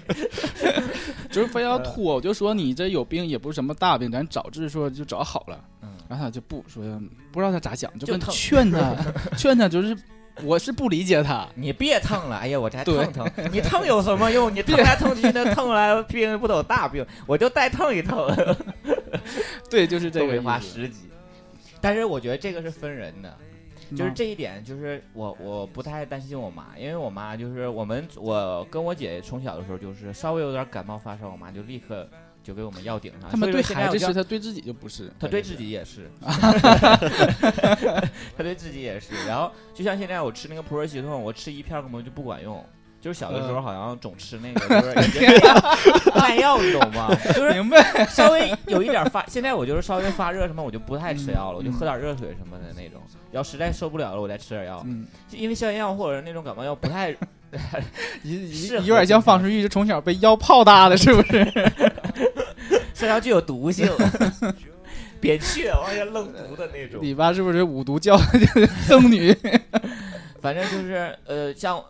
Speaker 4: 就是非
Speaker 2: 呃
Speaker 4: 要拖，我就说你这有病也不是什么大病，咱早治说就早好了。
Speaker 2: 嗯
Speaker 4: 然后他就不说，不知道他咋想，就跟
Speaker 2: 就疼
Speaker 4: 劝他，劝他就是，我是不理解他。
Speaker 2: 你别蹭了，哎呀，我这还
Speaker 4: 对
Speaker 2: 蹭蹭，你蹭有什么
Speaker 3: [laughs]
Speaker 2: 用？你蹭来蹭去的，蹭来病不都有大病？我就再蹭一蹭，
Speaker 4: 对，就是这
Speaker 2: 都
Speaker 4: 个
Speaker 2: 没
Speaker 4: 意
Speaker 2: 花
Speaker 4: 思，
Speaker 2: 十级。但是我觉得这个是分人的，就
Speaker 4: 就是
Speaker 2: 是这一点，就是我我不太担心我妈，因为我妈就是我们我跟我姐从小的时候就是稍微有点感冒发烧，我妈就立刻就给我们药顶上。
Speaker 4: 他们
Speaker 2: 所
Speaker 4: 对
Speaker 2: 以说现在我
Speaker 4: 孩子，
Speaker 2: 就是
Speaker 4: 他对自己就不是，
Speaker 2: 她对自己也
Speaker 4: [laughs]
Speaker 2: 是，她对自己也是。然后就像现在我吃那个普洱息痛，我吃一片根本就不管用。就是小的
Speaker 4: 嗯
Speaker 2: 时候好像总吃那个，就是已经
Speaker 4: [laughs]
Speaker 2: 耐药，你懂吗？就是
Speaker 4: 明白？
Speaker 2: 稍微有一点发，现在我就是稍微发热什么，我就不太
Speaker 4: 嗯
Speaker 2: 吃药了，我就喝点热水什么的那种。要实在受不了了，我再吃点药。
Speaker 4: 嗯，
Speaker 2: 就因为消炎药或者那种感冒药不 [laughs] 太，
Speaker 4: 一
Speaker 2: 适合
Speaker 4: 有点像方世玉，就从小被腰泡大的，是不是？
Speaker 2: 身上具有毒 [laughs] 性，扁鹊往下愣毒的那
Speaker 5: [laughs]
Speaker 2: 种。
Speaker 4: 你爸是不是五毒教 [laughs] 僧女？
Speaker 2: 反正就是呃，像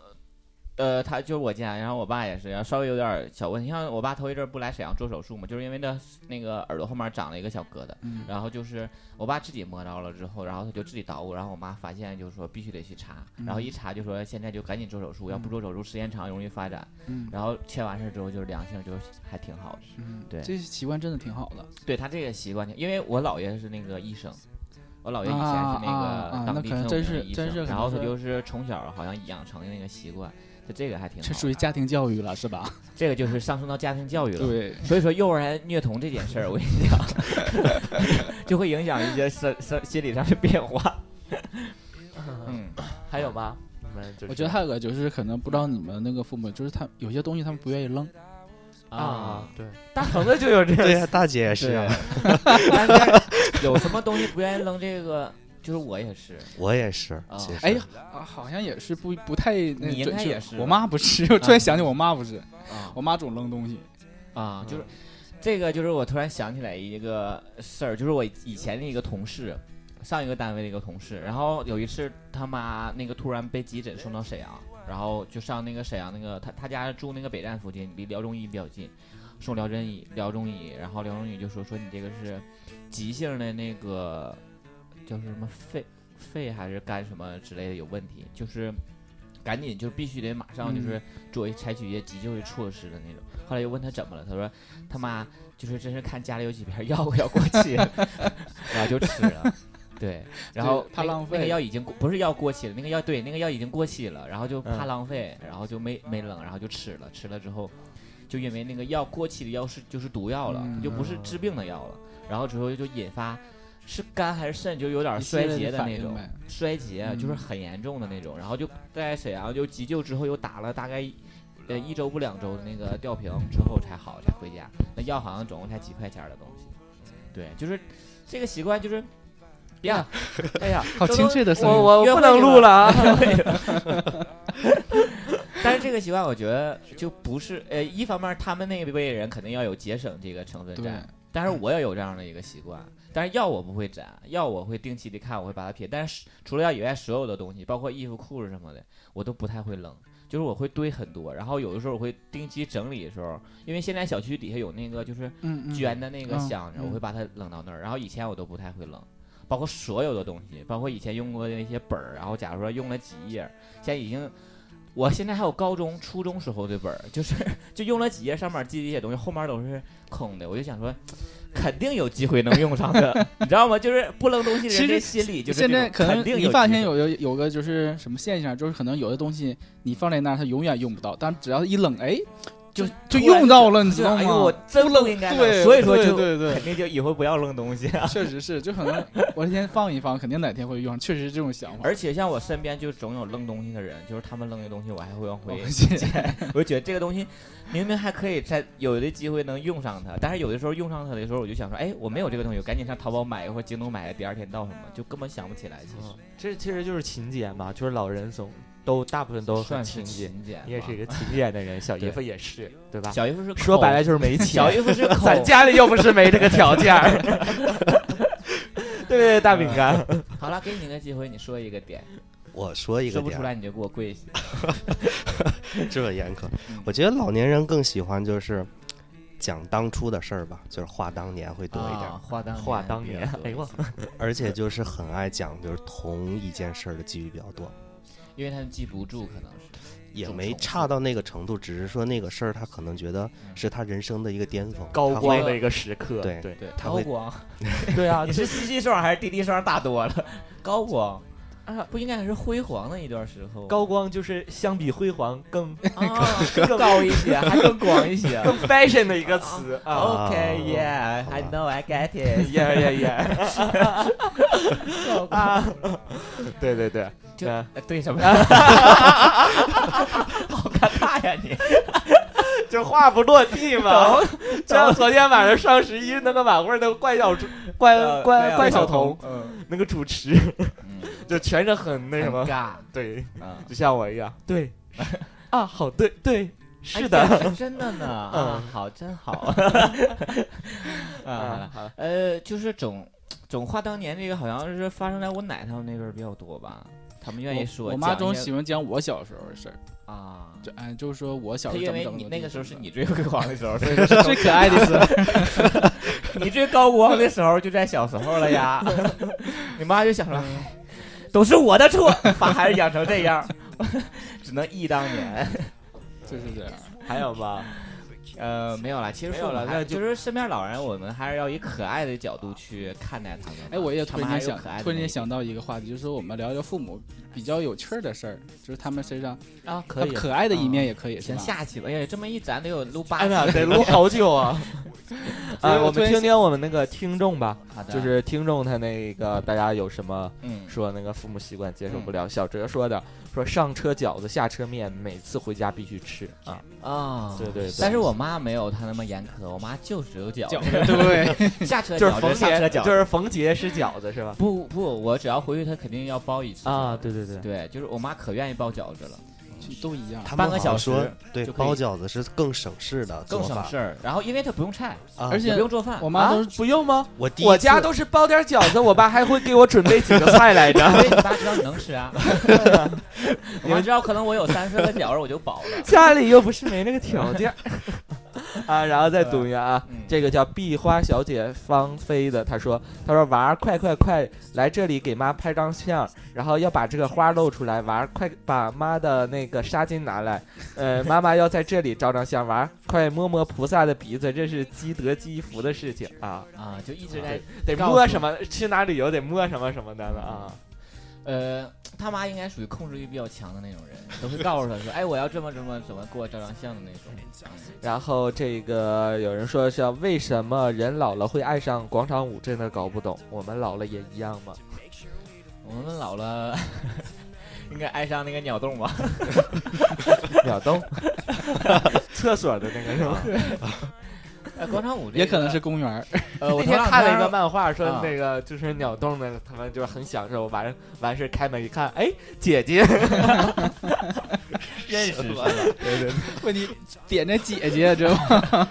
Speaker 2: 呃，他就是我家，然后我爸也是，然后稍微有点小问题。像我爸头一阵儿不来沈阳做手术嘛，就是因为那那个耳朵后面长了一个小疙瘩，
Speaker 4: 嗯
Speaker 2: 然后就是我爸自己摸着了之后，然后他就自己捣鼓，然后我妈发现就说必须得去查，然后一查就说现在就赶紧做手术，要不做手术时间长容易发展。
Speaker 4: 嗯
Speaker 2: 然后切完事儿之后就是良性，就是还挺好的。
Speaker 4: 嗯
Speaker 2: 对
Speaker 4: 这习惯真的挺好的。
Speaker 2: 对他这个习惯，因为我姥爷是那个医生，我姥爷以前
Speaker 4: 啊
Speaker 2: 是
Speaker 4: 啊
Speaker 2: 那
Speaker 4: 啊
Speaker 2: 个当
Speaker 4: 那
Speaker 2: 地
Speaker 4: 可能
Speaker 2: 挺有
Speaker 4: 真
Speaker 2: 名的
Speaker 4: 是
Speaker 2: 医
Speaker 4: 真
Speaker 2: 生
Speaker 4: 是可
Speaker 2: 然后他
Speaker 4: 能是
Speaker 2: 就是从小好像养成的那个习惯，就这个还挺好
Speaker 4: 这
Speaker 2: 的。
Speaker 4: 属于家庭教育了，是吧？
Speaker 2: 这个就是上升到家庭教育了。
Speaker 4: 对，
Speaker 2: 所以说，幼儿园虐童这件事儿，我跟你讲， [laughs] 就会影响一些生生心理上的变化。嗯，
Speaker 3: 还有吗？你们就是
Speaker 4: 我觉得还有个就是可能不知道你们那个父母，就是他有些东西他们不愿意扔，
Speaker 3: 啊，对，大橙子就有这
Speaker 5: 对
Speaker 3: 个
Speaker 5: 呀、大姐也是啊，
Speaker 2: [laughs] 但是有什么东西不愿意扔？这个就是我也是，
Speaker 5: 我也是
Speaker 2: 啊。
Speaker 5: 其实
Speaker 4: 哎，啊好像也是不不太那
Speaker 2: 你应
Speaker 4: 准
Speaker 2: 该
Speaker 4: 确
Speaker 2: 也是
Speaker 4: 我妈不是，我突然想起我妈不是，
Speaker 2: 啊
Speaker 4: 我妈总扔东西，
Speaker 2: 啊，就是这个，就是我突然想起来一个事儿，就是我以前的一个同事，上一个单位的一个同事，然后有一次他妈那个突然被急诊送到沈阳，然后就上那个沈阳那个他他家住那个北站附近，离辽中医比较近，送辽中医辽中医，然后辽中医就说说你这个是急性的那个叫什么肺肺还是肝什么之类的有问题，就是。赶紧就必须得马上就是做一采取一些急救的措施的那种。后来又问他怎么了，他说他妈就是真是看家里有几片药 [laughs] 要过期了，然后就吃了。对，然后
Speaker 4: 怕
Speaker 2: 那个
Speaker 4: 浪
Speaker 2: 那个
Speaker 4: 费
Speaker 2: 药已经过不是药过期了，那个药对那个药已经过期了，然后
Speaker 4: 嗯
Speaker 2: 就怕浪费，然后就没没冷，然后就吃了，吃了之后就因为那个药过期的药是就是毒药了，
Speaker 4: 嗯
Speaker 2: 就不是治病的药了，然后之后就引发是肝还是肾就有点
Speaker 4: 一系
Speaker 2: 衰
Speaker 4: 列
Speaker 2: 竭
Speaker 4: 反
Speaker 2: 那
Speaker 4: 应
Speaker 2: 种，
Speaker 4: 呗
Speaker 2: 衰竭啊，就是
Speaker 4: 嗯
Speaker 2: 很严重的那种，然后就在沈阳就急救之后又打了大概一呃一周不两周的那个吊瓶之后才好才回家，那药好像总共才几块钱的东西，对，就是这个习惯就是。呀，哎呀，
Speaker 4: 好
Speaker 2: 周
Speaker 4: 清
Speaker 2: 冬
Speaker 4: 脆的声
Speaker 3: 我
Speaker 4: 音
Speaker 3: 我
Speaker 2: 约
Speaker 3: 不
Speaker 2: 会
Speaker 3: 能
Speaker 2: 去
Speaker 3: 录了啊！
Speaker 2: 但是这个习惯我觉得就不是，呃，一方面他们那一辈人肯定要有节省这个成分
Speaker 4: 对
Speaker 2: 在，但是我也有这样的一个习惯，但是药我不会攒，药我会定期的看，我会把它撇。但是除了药以外，所有的东西，包括衣服、裤子什么的，我都不太会扔，就是我会堆很多。然后有的时候我会定期整理的时候，因为现在小区底下有那个就是
Speaker 4: 嗯嗯
Speaker 2: 捐的那个
Speaker 4: 嗯
Speaker 2: 箱子，我
Speaker 4: 嗯
Speaker 2: 会把它扔到那儿。然后以前我都不太会扔，包括所有的东西，包括以前用过的一些本儿，然后假如说用了几页儿，现在已经。我现在还有高中、初中时候的本儿，就是 [laughs] 就用了几页，上面记的一些东西，后面都是空的。我就想说，肯定有机会能用上
Speaker 4: [laughs]
Speaker 2: 的，你知道吗？就是不扔东西人
Speaker 4: 其
Speaker 2: 的
Speaker 4: 实
Speaker 2: 心理就是
Speaker 4: 现
Speaker 2: 这种
Speaker 4: 在可
Speaker 2: 肯
Speaker 4: 能
Speaker 2: 定
Speaker 4: 你
Speaker 2: 有
Speaker 4: 发
Speaker 2: 机
Speaker 4: 现
Speaker 2: 会
Speaker 4: 有有有个就是什么现象，就是可能有的东西你放在那儿，它永远用不到，但只要一冷，哎，
Speaker 2: 就
Speaker 4: 就
Speaker 2: 突然
Speaker 4: 用到了，你知
Speaker 2: 就
Speaker 4: 道
Speaker 2: 哎呦，我
Speaker 4: 吗？
Speaker 2: 真不应该扔，
Speaker 4: 对，
Speaker 2: 所以说
Speaker 4: 对
Speaker 2: 就
Speaker 4: 对对
Speaker 2: 肯定就以后不要扔东西啊。
Speaker 4: 确实是，就可能我先放一放，肯定哪天会用，确实是这种想法。
Speaker 2: 而且像我身边就总有扔东西的人，就是他们扔的东西，我还会往
Speaker 4: 我
Speaker 2: 回
Speaker 4: 回去
Speaker 2: [laughs] 我就觉得这个东西明明还可以在有的机会能用上它，但是有的时候用上它的时候，我就想说，哎，我没有这个东西，我赶紧上淘宝买一个或者京东买个，第二天到什么，就根本想不起来。其实、
Speaker 3: [laughs] 这其实就是勤俭嘛，就是老人总都大部分都很
Speaker 2: 算是
Speaker 3: 勤俭。
Speaker 2: 勤俭吧。
Speaker 3: 你哦也是一个勤俭的人，小姨
Speaker 2: 对
Speaker 3: 夫也是，对吧？
Speaker 2: 小姨夫是
Speaker 3: 说
Speaker 2: 抠
Speaker 3: 白了，就是没
Speaker 2: 小
Speaker 3: 钱，
Speaker 2: 姨夫是抠
Speaker 3: 咱家里又不是没这个条件儿， [laughs] 对不对？大饼干，
Speaker 2: 好了，给你个机会，你说一个点，
Speaker 5: 我说一个
Speaker 2: 说不
Speaker 5: 点
Speaker 2: 出
Speaker 5: 儿，
Speaker 2: 来你就给我跪下。
Speaker 5: 这么严苛
Speaker 2: 嗯。
Speaker 5: 我觉得老年人更喜欢就是讲当初的事儿吧，就是话当年会多一点儿，
Speaker 2: 啊话当
Speaker 3: 话当年
Speaker 2: 比较，多
Speaker 3: 哎
Speaker 2: 一
Speaker 3: 呦
Speaker 2: 些，，
Speaker 5: 而且就是很爱讲就是同一件事儿的机遇比较多，
Speaker 2: 因为他们记不住，可能是
Speaker 5: 也
Speaker 2: 总
Speaker 5: 没
Speaker 2: 重复
Speaker 5: 差到那个程度，只是说那个事儿他可能觉得
Speaker 2: 嗯
Speaker 5: 是他人生的一个巅峰，
Speaker 3: 高
Speaker 5: 他会
Speaker 3: 光的一个时刻，
Speaker 5: 对
Speaker 3: 对
Speaker 2: 对
Speaker 5: 他
Speaker 2: 高 [laughs]
Speaker 5: 会
Speaker 2: 光。
Speaker 3: 对啊
Speaker 2: 你，是西西霜还是滴滴霜大多了？高光啊，不应该是辉煌的一段时候吗，
Speaker 3: 高光就是相比辉煌更
Speaker 2: 啊更高 [laughs] 一些，还更广一些。
Speaker 3: 更 fashion 的一个词啊。
Speaker 5: 啊
Speaker 2: OK, yeah, I know, I get it
Speaker 3: 耶耶耶！
Speaker 2: [laughs] 高光。
Speaker 3: 啊，对对对，
Speaker 2: 就
Speaker 3: 嗯
Speaker 2: 呃对 [laughs] 什么？好尴尬呀你！
Speaker 3: 就话不落地嘛。就像昨天晚上双十一那个晚会儿，那个怪小猪怪怪怪小童，
Speaker 2: 嗯
Speaker 3: 那个主持，
Speaker 2: 嗯，
Speaker 3: [laughs] 就全是很那什么
Speaker 2: 很，尬哎 [laughs]
Speaker 3: 对，
Speaker 4: 啊
Speaker 2: 嗯
Speaker 3: 就像我一样，对 [laughs] 啊，好，对对，是的，
Speaker 2: 哎这真 [laughs] 的呢，啊
Speaker 3: 嗯，
Speaker 2: 好，真好。 [laughs] 啊，好
Speaker 3: 啊
Speaker 2: 了，
Speaker 3: 好了
Speaker 2: 呃，就是总总话当年这个好像是发生在我奶他们那边儿比较多吧，他们愿意说
Speaker 4: 我妈
Speaker 2: 讲
Speaker 4: 总
Speaker 2: 一些
Speaker 4: 喜欢讲我小时候的事儿，
Speaker 2: 啊，
Speaker 4: 就哎，就是说我小
Speaker 2: 他
Speaker 4: 时候
Speaker 2: 因
Speaker 4: 怎
Speaker 2: 为
Speaker 4: 么怎么
Speaker 2: 你
Speaker 4: 怎么
Speaker 2: 那个
Speaker 4: 怎
Speaker 2: 时候是
Speaker 4: 么怎么
Speaker 2: 你最辉煌的时候，所以
Speaker 4: 对是最可爱的事儿。
Speaker 2: [laughs] 你最高光的时候就在小时候了呀。你妈就想说，哎都是我的错，把孩子养成这样， [laughs] 只能忆当年。
Speaker 4: 就是这样。
Speaker 3: 还有吗？
Speaker 2: 呃，没有啦，其实
Speaker 3: 没有
Speaker 2: 父母
Speaker 3: 了
Speaker 2: 还
Speaker 3: 那就
Speaker 2: 就是身边老人，我们还是要以可爱的角度去看待他们吧。
Speaker 4: 哎，我也
Speaker 2: 他
Speaker 4: 突
Speaker 2: 们还
Speaker 4: 然间
Speaker 2: 是有
Speaker 4: 想
Speaker 2: 可爱，的
Speaker 4: 突然
Speaker 2: 那一
Speaker 4: 间
Speaker 2: 面
Speaker 4: 想到一个话题，就是说我们聊聊父母比较有趣儿的事儿，就是他们身上
Speaker 2: 啊，
Speaker 4: 他可爱的一面也可以，是
Speaker 2: 行
Speaker 4: 吧？
Speaker 2: 下去吧。哎呀，这么一咱得有录八
Speaker 3: 哎
Speaker 2: 期
Speaker 3: 呀，得录好久啊！啊，
Speaker 4: 我
Speaker 3: 我
Speaker 4: 突
Speaker 3: 们
Speaker 4: 然
Speaker 3: 听
Speaker 4: 想
Speaker 3: 听我们那个听众吧，
Speaker 2: 好的，
Speaker 3: 就是听众他那个大家有什么
Speaker 2: 嗯，
Speaker 3: 说那个父母习惯接受不了？小哲说的，说上车饺子下车面，每次回家必须吃啊。
Speaker 2: 啊，
Speaker 3: 对对对
Speaker 2: 但是我妈没有她那么严苛，我妈就只有饺
Speaker 4: 饺
Speaker 2: 子，
Speaker 4: 子对不哦
Speaker 2: [laughs]
Speaker 4: 对？
Speaker 2: 下车
Speaker 3: 就是
Speaker 2: 饺
Speaker 3: 逢
Speaker 2: 子，下车
Speaker 3: 节，
Speaker 2: 饺子。
Speaker 3: 就是逢节吃饺子是吧？
Speaker 2: 不不，我只要回去，她肯定要包一次
Speaker 3: 啊，对对对，
Speaker 2: 对，就是我妈可愿意包饺子了，
Speaker 4: 都一样。
Speaker 5: 他
Speaker 2: 半
Speaker 5: 们
Speaker 2: 个
Speaker 5: 好
Speaker 2: 小
Speaker 5: 像说
Speaker 2: 时，
Speaker 5: 对，
Speaker 2: 就可以
Speaker 5: 包饺子是更省事的做
Speaker 2: 更
Speaker 5: 法，
Speaker 2: 省事儿。然后因为她不用菜，
Speaker 5: 啊。
Speaker 4: 而且
Speaker 2: 也不用做饭
Speaker 4: 我，妈都
Speaker 3: 啊
Speaker 4: 是
Speaker 3: 不用吗？
Speaker 5: 我第一
Speaker 3: 我
Speaker 5: 次
Speaker 3: 家都是包点饺子，我爸还会给我准备几个菜来着。
Speaker 2: [laughs] 因为你妈知道你能吃 [laughs] 啊。我妈知道可能我有三四个饺子我就饱了。
Speaker 3: 家里又不是没那个条件啊。然后再读一下啊，
Speaker 2: 嗯
Speaker 3: 这个叫壁花小姐芳菲的，她说：“她说娃儿快快快来这里给妈拍张相，然后要把这个花露出来，娃儿快把妈的那个纱巾拿来，呃，妈妈要在这里照张相，娃儿快摸摸菩萨的鼻子，这是积德积福的事情啊，
Speaker 2: 啊，就一直在
Speaker 3: 对得
Speaker 2: 告诉
Speaker 3: 摸什么去哪旅游得摸什么什么的呢啊。”
Speaker 2: 呃，他妈应该属于控制欲比较强的那种人，都会告诉他说，哎，我要这么这么怎么给我照张相的那
Speaker 3: 哎
Speaker 2: 种。嗯
Speaker 3: 然后这个有人说是为什么人老了会爱上广场舞，真的搞不懂。我们老了也一样吗？
Speaker 2: 我们老了， [laughs] 应该爱上那个鸟洞吧？
Speaker 3: 秒动， [laughs] 厕所的那个是吗？
Speaker 2: 呃，广场舞这
Speaker 4: [laughs] 也可能
Speaker 2: 个
Speaker 4: 是公
Speaker 2: [laughs]
Speaker 4: 园儿，
Speaker 2: 呃， [laughs] 我
Speaker 3: 那天看了一个
Speaker 2: 漫，
Speaker 3: 漫画，说
Speaker 2: 啊
Speaker 3: 那个就是鸟洞呢，他们就是很享受。完完事开门一看，哎，姐姐，
Speaker 2: 认识是吧？
Speaker 4: 问题 [laughs] 点着姐姐，知道吗？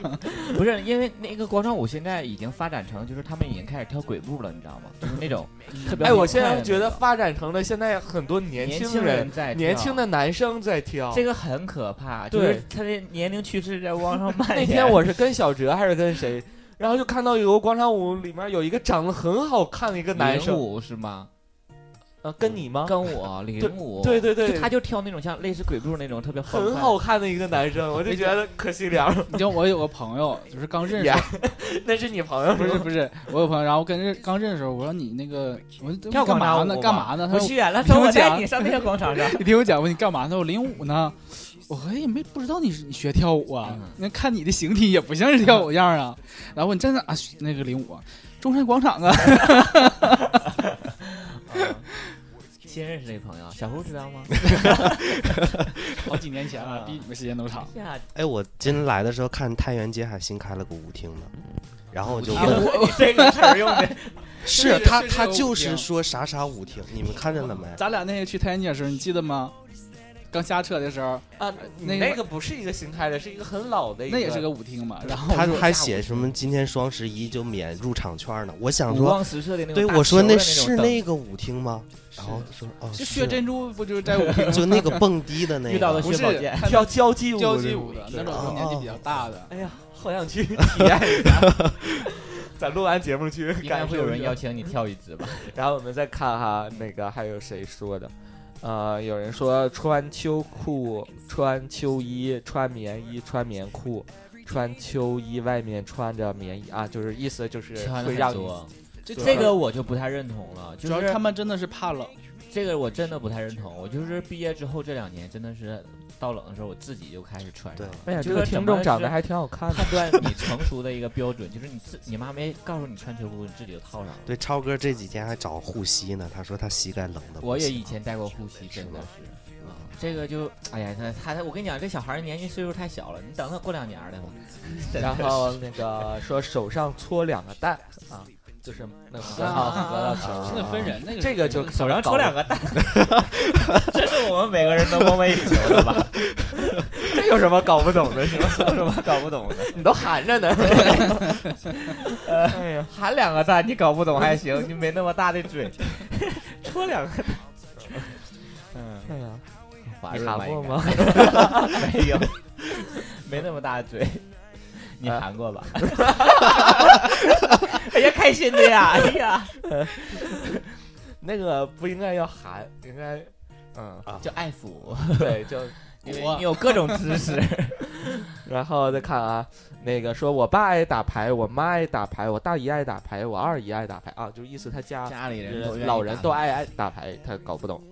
Speaker 2: 不是，因为那个广场舞现在已经发展成，就是他们已经开始跳鬼步了，你知道吗？就是那种
Speaker 3: [laughs]
Speaker 2: 特别
Speaker 3: 哎，我
Speaker 2: 欢
Speaker 3: 现
Speaker 2: 快
Speaker 3: 在
Speaker 2: 的
Speaker 3: 觉
Speaker 2: 那
Speaker 3: 得
Speaker 2: 种
Speaker 3: 发展成了现在很多年
Speaker 2: 年
Speaker 3: 轻
Speaker 2: 人
Speaker 3: 人、
Speaker 2: 在
Speaker 3: 年
Speaker 2: 跳
Speaker 3: 轻的男生在跳。
Speaker 2: 这个很可怕，就是他的年龄趋势在往上蔓
Speaker 3: [laughs] 那
Speaker 2: 延。
Speaker 3: 天我是跟小哲还是跟谁，然后就看到有个广场舞里面有一个长得很好看的一个男
Speaker 2: 零
Speaker 3: 生，
Speaker 2: 五是吗？
Speaker 3: 啊，跟你吗？
Speaker 2: 跟我零五，
Speaker 3: [laughs] 对对对
Speaker 2: 就他就跳那种像类似鬼步那种特别欢
Speaker 3: 很
Speaker 2: 快
Speaker 3: 好看的一个男生，我就觉得可惜
Speaker 4: [laughs]
Speaker 3: 了。
Speaker 4: [laughs] 你知道我有个朋友，就是刚认识
Speaker 3: 呀，那是你朋友
Speaker 4: 不
Speaker 3: 是
Speaker 4: 是
Speaker 3: 吗？
Speaker 4: 不是，我有朋友，然后跟认刚认识的时候，我说你那个，我说
Speaker 2: 跳
Speaker 4: 干
Speaker 2: 广
Speaker 4: 嘛
Speaker 2: 场
Speaker 4: 呢？
Speaker 2: 舞
Speaker 4: 干
Speaker 2: 吧
Speaker 4: 嘛呢？他
Speaker 2: [laughs] 我
Speaker 4: 说
Speaker 2: 去远
Speaker 3: [laughs]
Speaker 2: 了，
Speaker 4: 你听
Speaker 2: 说
Speaker 4: 我
Speaker 2: 我带
Speaker 4: 讲
Speaker 2: 你上那个广场上。
Speaker 4: 你听我讲，我说你干嘛呢？我零五呢？我说哎，没不知道你是你学跳舞啊
Speaker 2: 嗯？
Speaker 4: 那看你的形体也不像是跳舞样儿啊。然后我说你站在啊学那个零五啊，中山广场啊。 [laughs]
Speaker 2: 嗯新认识这个朋友，小胡知
Speaker 3: [laughs]
Speaker 2: 道吗？
Speaker 4: 好几年前了，比你们时间都长。
Speaker 3: [laughs]
Speaker 2: 呀，
Speaker 5: 哎，我今来的时候看太原街还新开了个舞厅呢，然后我就
Speaker 4: 啊
Speaker 5: 问，
Speaker 4: 我我
Speaker 2: 这个词儿用的，
Speaker 5: 是
Speaker 4: 是
Speaker 5: 他
Speaker 4: 是
Speaker 5: 他
Speaker 4: 这个
Speaker 5: 就
Speaker 4: 舞
Speaker 5: 是
Speaker 4: 厅
Speaker 5: 说啥啥舞厅，你们看见了没？
Speaker 4: 咱俩那天去太原街的时候，你记得吗？刚下车的时候，
Speaker 3: 啊，
Speaker 4: 那
Speaker 3: 你
Speaker 4: 个
Speaker 3: 那个不是一个新开的，是一个很老的一
Speaker 4: 那也是个舞厅嘛。然后
Speaker 5: 他
Speaker 4: 我说
Speaker 5: 还写什么今天双十一就免入场券呢？我想
Speaker 2: 五
Speaker 5: 说，
Speaker 2: 光十色的那种
Speaker 5: 对
Speaker 2: 大
Speaker 5: 我说
Speaker 2: 球的那
Speaker 5: 是
Speaker 2: 种
Speaker 5: 那个舞厅吗？然后他说哦，
Speaker 4: 就是薛珍珠不就是在 [laughs] 舞厅
Speaker 2: [laughs]
Speaker 5: 就那个蹦迪的那
Speaker 2: 遇到的
Speaker 5: 个
Speaker 4: 不
Speaker 2: 薛
Speaker 4: 是
Speaker 2: 宝
Speaker 4: [laughs]
Speaker 2: 剑，
Speaker 3: 跳交际舞，
Speaker 4: 交际舞的那
Speaker 3: 对
Speaker 4: 种，
Speaker 5: 哦
Speaker 4: 年纪比较大的。
Speaker 3: 哎呀，好想去体验一
Speaker 5: [laughs]
Speaker 3: 下。咱录完节目去
Speaker 2: 应该
Speaker 3: 感受
Speaker 2: 会有人
Speaker 3: 一下
Speaker 2: 邀请你跳一支吧？
Speaker 3: 然后我们再看哈，那个还有谁说的？呃，有人说穿秋裤、穿秋衣、穿棉衣、穿棉裤、穿秋衣，外面穿着棉衣啊，就是意思就是
Speaker 2: 穿的
Speaker 3: 会
Speaker 2: 很
Speaker 3: 让你
Speaker 2: 多，
Speaker 4: 这
Speaker 2: 这个我就不太认同了。就
Speaker 4: 主要是
Speaker 2: 是
Speaker 4: 他们真的是怕冷，
Speaker 2: 这个我真的不太认同。我就是毕业之后这两年，真的是到冷的时候，我自己就开始穿上了。
Speaker 3: 哎呀，
Speaker 2: 就
Speaker 3: 这
Speaker 2: 是
Speaker 3: 个
Speaker 2: 怎
Speaker 3: 听
Speaker 2: 么
Speaker 3: 众长
Speaker 2: 是
Speaker 3: 得还挺好看的
Speaker 2: [laughs] 判断你成熟的一个标准，就是你自你妈没告诉你穿秋裤，你自己就套上了。
Speaker 5: 对，超哥这几天还找护膝呢，他说他膝盖冷的。
Speaker 2: 我也以前戴过护膝，真的
Speaker 5: 是吗
Speaker 2: 是，啊，这个就，哎呀，他他他，我跟你讲，这小孩儿年纪岁数太小了，你等他过两年儿的吧。真的
Speaker 3: [laughs] 然后那个说手上搓两个蛋啊，就是那个核桃
Speaker 4: 啊
Speaker 3: 核桃球儿。
Speaker 4: 那分人，那个
Speaker 3: 这个就
Speaker 2: 手上戳两个 [laughs] 蛋，这是我们每个人都梦寐以求的 [laughs] 吧？
Speaker 3: 这有什么搞不懂的？是吧？
Speaker 2: 有什么搞不懂的？
Speaker 3: [laughs] 你都含
Speaker 2: [laughs]
Speaker 3: 着呢。 [laughs] 哎呀，
Speaker 2: 含两个蛋你搞不懂还行，你没那么大的
Speaker 3: [laughs]
Speaker 2: 嘴，戳两个蛋。嗯，
Speaker 3: 哎呀，
Speaker 2: 滑
Speaker 3: 你
Speaker 2: 润吧
Speaker 3: 含过？吗？ [laughs]
Speaker 2: 应该没有，没那么大的嘴。你
Speaker 3: 啊
Speaker 2: 含过
Speaker 3: [laughs]
Speaker 2: 吧？哎呀，开心的呀！哎呀，
Speaker 3: 那个不应该要含，应该嗯，
Speaker 2: 就爱抚，
Speaker 3: 对，就
Speaker 2: 因为
Speaker 4: 我
Speaker 2: 你有各种姿势。
Speaker 3: 然后再看啊，那个说我爸爱打牌，我妈爱打牌，我大姨爱打牌，我二姨爱打牌啊，就意思他家
Speaker 2: [laughs] 家里人都愿意
Speaker 3: 人老人
Speaker 2: 打
Speaker 3: 都爱爱打牌，他搞不懂。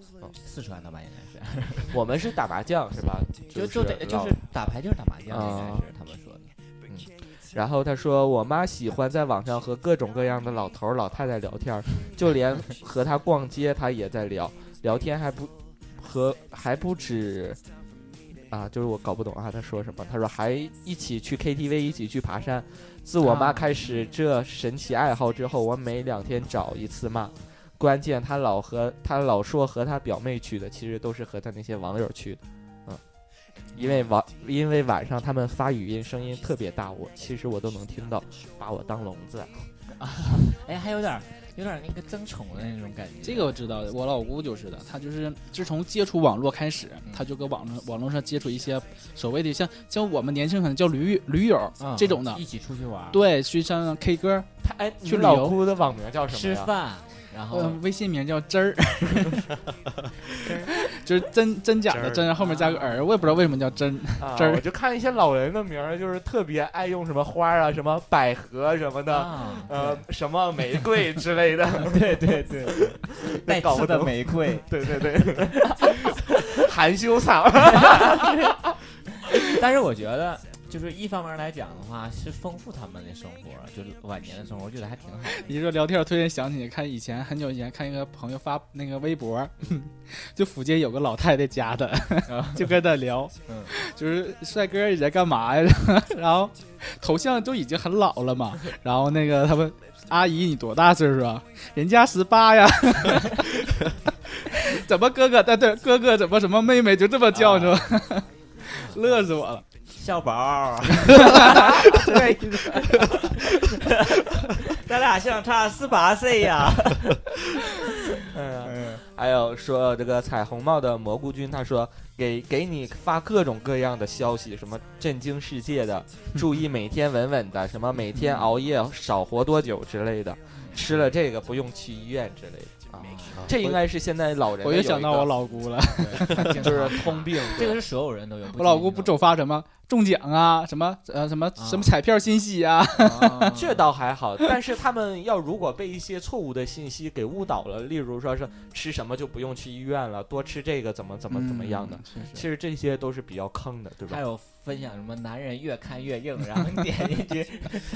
Speaker 2: 四川的吧，应该是，
Speaker 3: 我们是打麻将是吧？
Speaker 2: [laughs] 就就得就是
Speaker 3: 老
Speaker 2: 打牌就是打麻将，
Speaker 3: 啊
Speaker 2: 应该是他们说的。
Speaker 3: 然后他说，我妈喜欢在网上和各种各样的老头儿老太太聊天儿，就连和她逛街，她也在聊，聊天还不和还不止。啊，就是我搞不懂啊，他说什么？他说还一起去 KTV，一起去爬山。自我妈
Speaker 4: 啊
Speaker 3: 开始这神奇爱好之后，我每两天找一次妈。关键他老和他老说和他表妹去的，其实都是和他那些网友去的，嗯，因为晚因为晚上他们发语音声音特别大，我其实我都能听到，把我当聋子。啊
Speaker 2: 哎，还有点儿有点儿那个争宠的那种感觉。
Speaker 4: 这个我知道的，我老姑就是的，她就是自从接触网络开始，她就搁网上网络上接触一些所谓的像像我们年轻人可能叫驴驴友
Speaker 2: 嗯
Speaker 4: 这种的
Speaker 2: 一，起出去玩儿，
Speaker 4: 对，去上 K 歌，
Speaker 3: 他哎，你
Speaker 4: 去旅
Speaker 3: 老
Speaker 4: 游
Speaker 3: 姑的网名叫什
Speaker 2: 吃
Speaker 3: 么呀？
Speaker 2: 饭，然后
Speaker 4: 呃，微信名叫真儿，就是真真假的
Speaker 5: 真
Speaker 4: 真，后面加个儿，我也不知道为什么叫真。
Speaker 3: 啊
Speaker 4: 这儿
Speaker 3: 我就看一些老人的名儿，就是特别爱用什么花啊、什么百合什么的，
Speaker 2: 啊，
Speaker 3: 呃，什么玫瑰之类的。
Speaker 4: [laughs]
Speaker 2: 对对对， [laughs] 带
Speaker 3: 搞不
Speaker 2: 刺的
Speaker 3: 懂
Speaker 2: 玫瑰，
Speaker 3: 对对对， [laughs] 含
Speaker 4: [laughs]
Speaker 3: 羞草。
Speaker 2: [laughs] 但是我觉得，就是一方面来讲的话，是丰富他们的生活，就是晚年的生活，我觉得还挺好的。
Speaker 4: 你说聊天，我突然想起看以前很久以前看一个朋友发那个微博， [laughs] 就附近有个老太太家的， [laughs] 就跟他聊，
Speaker 2: 嗯
Speaker 4: 就是帅哥你在干嘛呀？ [laughs] 然后头像都已经很老了嘛，然后那个他问阿姨你多大岁数啊？人家十八呀。怎么哥哥？对对，哥哥怎么什么妹妹就这么叫着， [laughs] 乐死我了。
Speaker 2: 笑宝儿，咱俩相差十八岁呀。
Speaker 3: 嗯，还有说这个彩虹帽的蘑菇君，他说给给你发各种各样的消息，什么震惊世界的，
Speaker 4: 嗯
Speaker 3: 注意每天稳稳的，什么每天熬夜少活多久之类的，吃了这个不用去医院之类的啊。
Speaker 2: [laughs]
Speaker 3: 这应该是现在老人的
Speaker 4: 我
Speaker 3: 有
Speaker 4: 又
Speaker 3: 一个，
Speaker 4: 想到我老姑了，
Speaker 3: 就是通 [laughs] 病，
Speaker 2: 这个是所有人都有。
Speaker 4: 我老姑不总发什么中奖啊，什么呃什么什么彩票信息啊，
Speaker 2: [laughs] 啊，
Speaker 3: 这倒还好，但是他们要如果被一些错误的信息给误导了，例如说是吃什么就不用去医院了，多吃这个怎么怎么怎么样的，
Speaker 4: 嗯？是
Speaker 3: 其实这些都是比较坑的，对
Speaker 2: 还
Speaker 3: 吧？
Speaker 2: 有分享什么男人越看越 [laughs] 硬，然后你点进去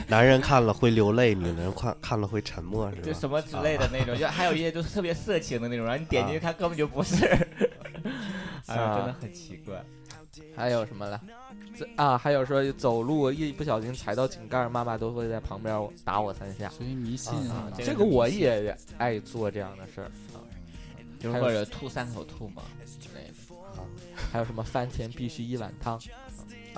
Speaker 5: 男人看了会流泪，女人看看了会沉默，是
Speaker 2: 就
Speaker 5: 吧？
Speaker 2: 什么之类的那种，就还有一些就是特别色情的那种，然后你点进去看根本就不 [laughs] 是，哎呦，真的很奇怪。
Speaker 3: 还有什么了？这啊，还有说走路一不小心踩到井盖，妈妈都会在旁边打我三下。
Speaker 4: 所以迷信啊
Speaker 2: 啊，
Speaker 4: 这
Speaker 2: 这
Speaker 3: 这个我也爱做这样的事儿。
Speaker 2: 就是或者吐三口吐嘛之类的。
Speaker 3: 还有什么饭前必须一碗汤？
Speaker 2: 啊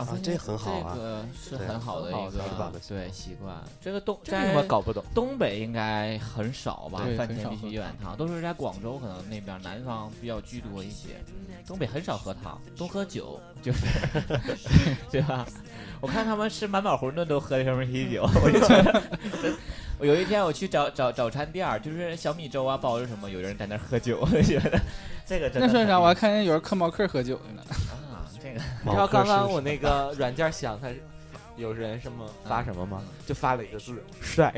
Speaker 5: 啊这很好啊
Speaker 2: 这个是
Speaker 5: 对
Speaker 2: 很好的一
Speaker 3: 很好的习
Speaker 2: 个
Speaker 5: 惯
Speaker 2: 对习惯。这个东
Speaker 3: 这个我
Speaker 2: 在
Speaker 3: 搞不懂。
Speaker 2: 东北应该很少吧
Speaker 4: 对，
Speaker 2: 饭
Speaker 4: 很
Speaker 2: 前
Speaker 4: 少
Speaker 2: 必须
Speaker 4: 喝
Speaker 2: 一碗汤，都是在广州可能那边南方比较居多一些，嗯东北很少喝汤，都喝酒，就是 [laughs] 对吧？我看他们吃满饱馄饨都喝的什么啤酒， [laughs] 我就觉得。我有一天我去找找早餐店儿，就是小米粥啊、包子什么，有人在那儿喝酒， [laughs] 我就觉得这个真的
Speaker 4: 那算
Speaker 2: 很
Speaker 4: 啥？我还看见有人嗑毛嗑喝酒的呢。
Speaker 2: 啊，这个
Speaker 3: 你知道刚刚我那个软件响，它有人什么发什么吗？就发了一个字“帅”。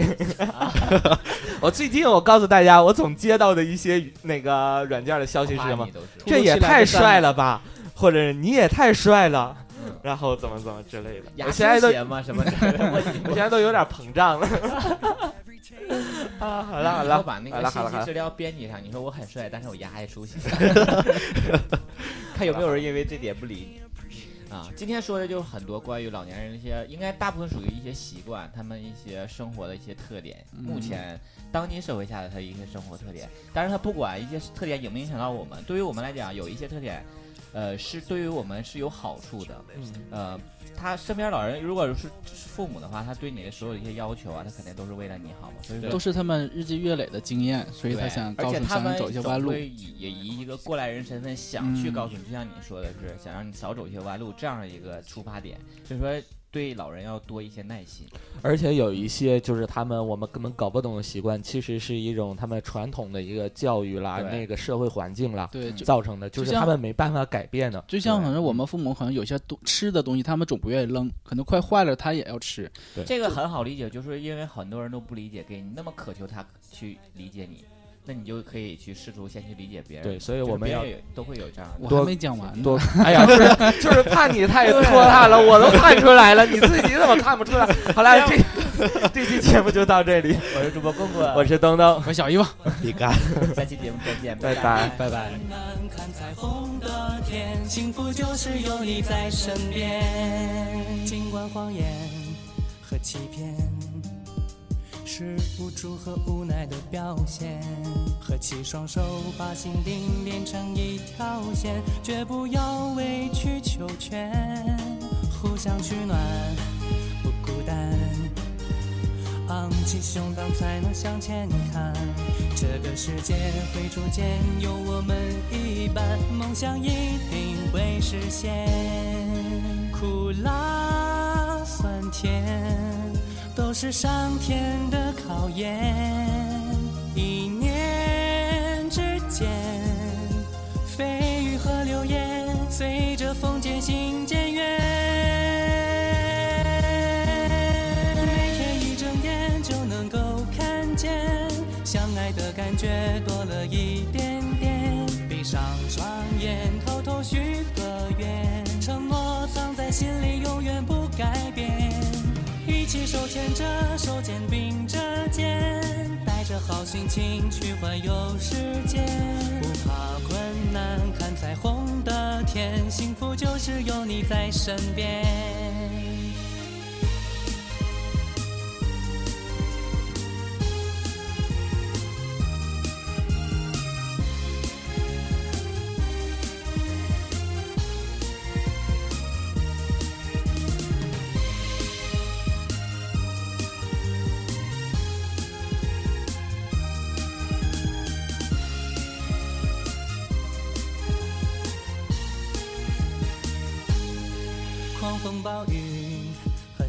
Speaker 3: [laughs] 我最近我告诉大家，我总接到的一些那个软件的消息是什
Speaker 2: 夸
Speaker 3: 么
Speaker 2: 你？都是
Speaker 3: 这也太帅了嗯吧，或者是你也太帅了，然后怎么怎么之类的。
Speaker 2: 牙
Speaker 3: 我现在都
Speaker 2: 签鞋吗？什么之类的？
Speaker 3: 我现在都有点膨胀 [laughs] 了。啊，好了好
Speaker 2: 然后
Speaker 3: 了，
Speaker 2: 把那
Speaker 3: 好
Speaker 2: 个
Speaker 3: 了
Speaker 2: 信
Speaker 3: 好了好了
Speaker 2: 息资料编辑上。你说我很帅，但是我牙 [laughs] 还出血，看有没有人因为这点不理你啊？今天说的就是很多关于老年人一些，应该大部分属于一些习惯，他们一些生活的一些特点。
Speaker 4: 嗯
Speaker 2: 目前当今社会下的他一些生活特点，但是他不管一些特点影不影响到我们，对于我们来讲，有一些特点，呃，是对于我们是有好处的。
Speaker 3: 嗯
Speaker 2: 呃，他身边老人如果是父母的话，他对你的所有的一些要求啊，他肯定都是为了你好嘛。所以说
Speaker 4: 都是他们日积月累的经验，所以
Speaker 2: 对，
Speaker 4: 他想
Speaker 2: 而
Speaker 4: 告
Speaker 2: 且
Speaker 4: 诉
Speaker 2: 他
Speaker 4: 乡
Speaker 2: 们
Speaker 4: 人走一些弯路嗯
Speaker 2: 总。会以也以一个过来人身份想去告诉你，就像你说的是，想让你少走一些弯路这样的一个出发点，所以说对老人要多一些耐心。
Speaker 3: 而且有一些就是他们我们根本搞不懂的习惯，其实是一种他们传统的一个教育啦，
Speaker 2: 对
Speaker 3: 那个社会环境啦
Speaker 4: 对，就
Speaker 3: 造成的，就是
Speaker 4: 就像
Speaker 3: 他们没办法改 [laughs] 变的。
Speaker 4: 就像
Speaker 3: 对
Speaker 4: 好像我们父母好像有些东吃的东西，他们总不愿意扔，可能快坏了他也要吃。
Speaker 2: 这个很好理解，就是因为很多人都不理解，给你那么渴求他去理解你，那你就可以去试图先去理解别人。
Speaker 6: 对，，所以
Speaker 2: 就
Speaker 6: 我
Speaker 2: 是
Speaker 6: 们
Speaker 2: 别
Speaker 6: 要
Speaker 2: 人也都会有这样的。
Speaker 4: 我
Speaker 6: 多
Speaker 4: 还没讲完呢。
Speaker 6: 多，哎呀，就是
Speaker 3: 就是怕你太拖沓了，我都看出来了，你自己怎么看不出来？好 [laughs] 了，这这期节目就到这里，
Speaker 2: 我是主播棍棍，
Speaker 3: 我是东东，
Speaker 4: 我小姨夫，
Speaker 5: 你干。
Speaker 2: 下期节目再见，
Speaker 3: 拜
Speaker 2: 拜
Speaker 3: 拜。
Speaker 6: 拜拜。
Speaker 7: 难看彩虹的天，幸福就是有你在身边。尽管谎言和欺骗是无助和无奈的表现，合起双手把心灵连成一条线，绝不要委曲求全，互相取暖，不孤单。昂起胸膛才能向前看。这个世界会逐渐有我们一半，梦想一定会实现。苦辣酸甜都是上天的考验，一念之间，蜚语和流言随着风渐行渐远。每天一睁眼就能够看见，相爱的感觉多了一点点。闭上双眼，偷偷许个愿，承诺藏在心里，永远不改变。一起手牵着手，肩并着肩，带着好心情去环游世界，不怕困难，看彩虹的天，幸福就是有你在身边。狂风暴雨和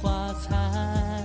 Speaker 7: 花残，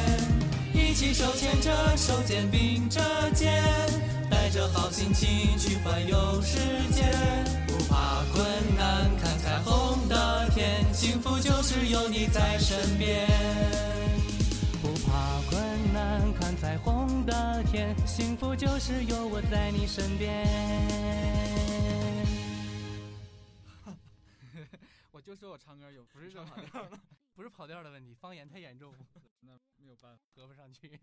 Speaker 7: 一起手牵着手，肩并着肩，带着好心情去环游世界，不怕困难，看彩虹的天，幸福就是有你在身边。不怕困难，看彩虹的天，幸福就是有我在你身边。
Speaker 4: [laughs] 我就说我唱歌有不是正好，
Speaker 7: [laughs] 不是跑调的问题，方言太严重，
Speaker 4: [laughs] 那没有办法。
Speaker 7: 合不上去。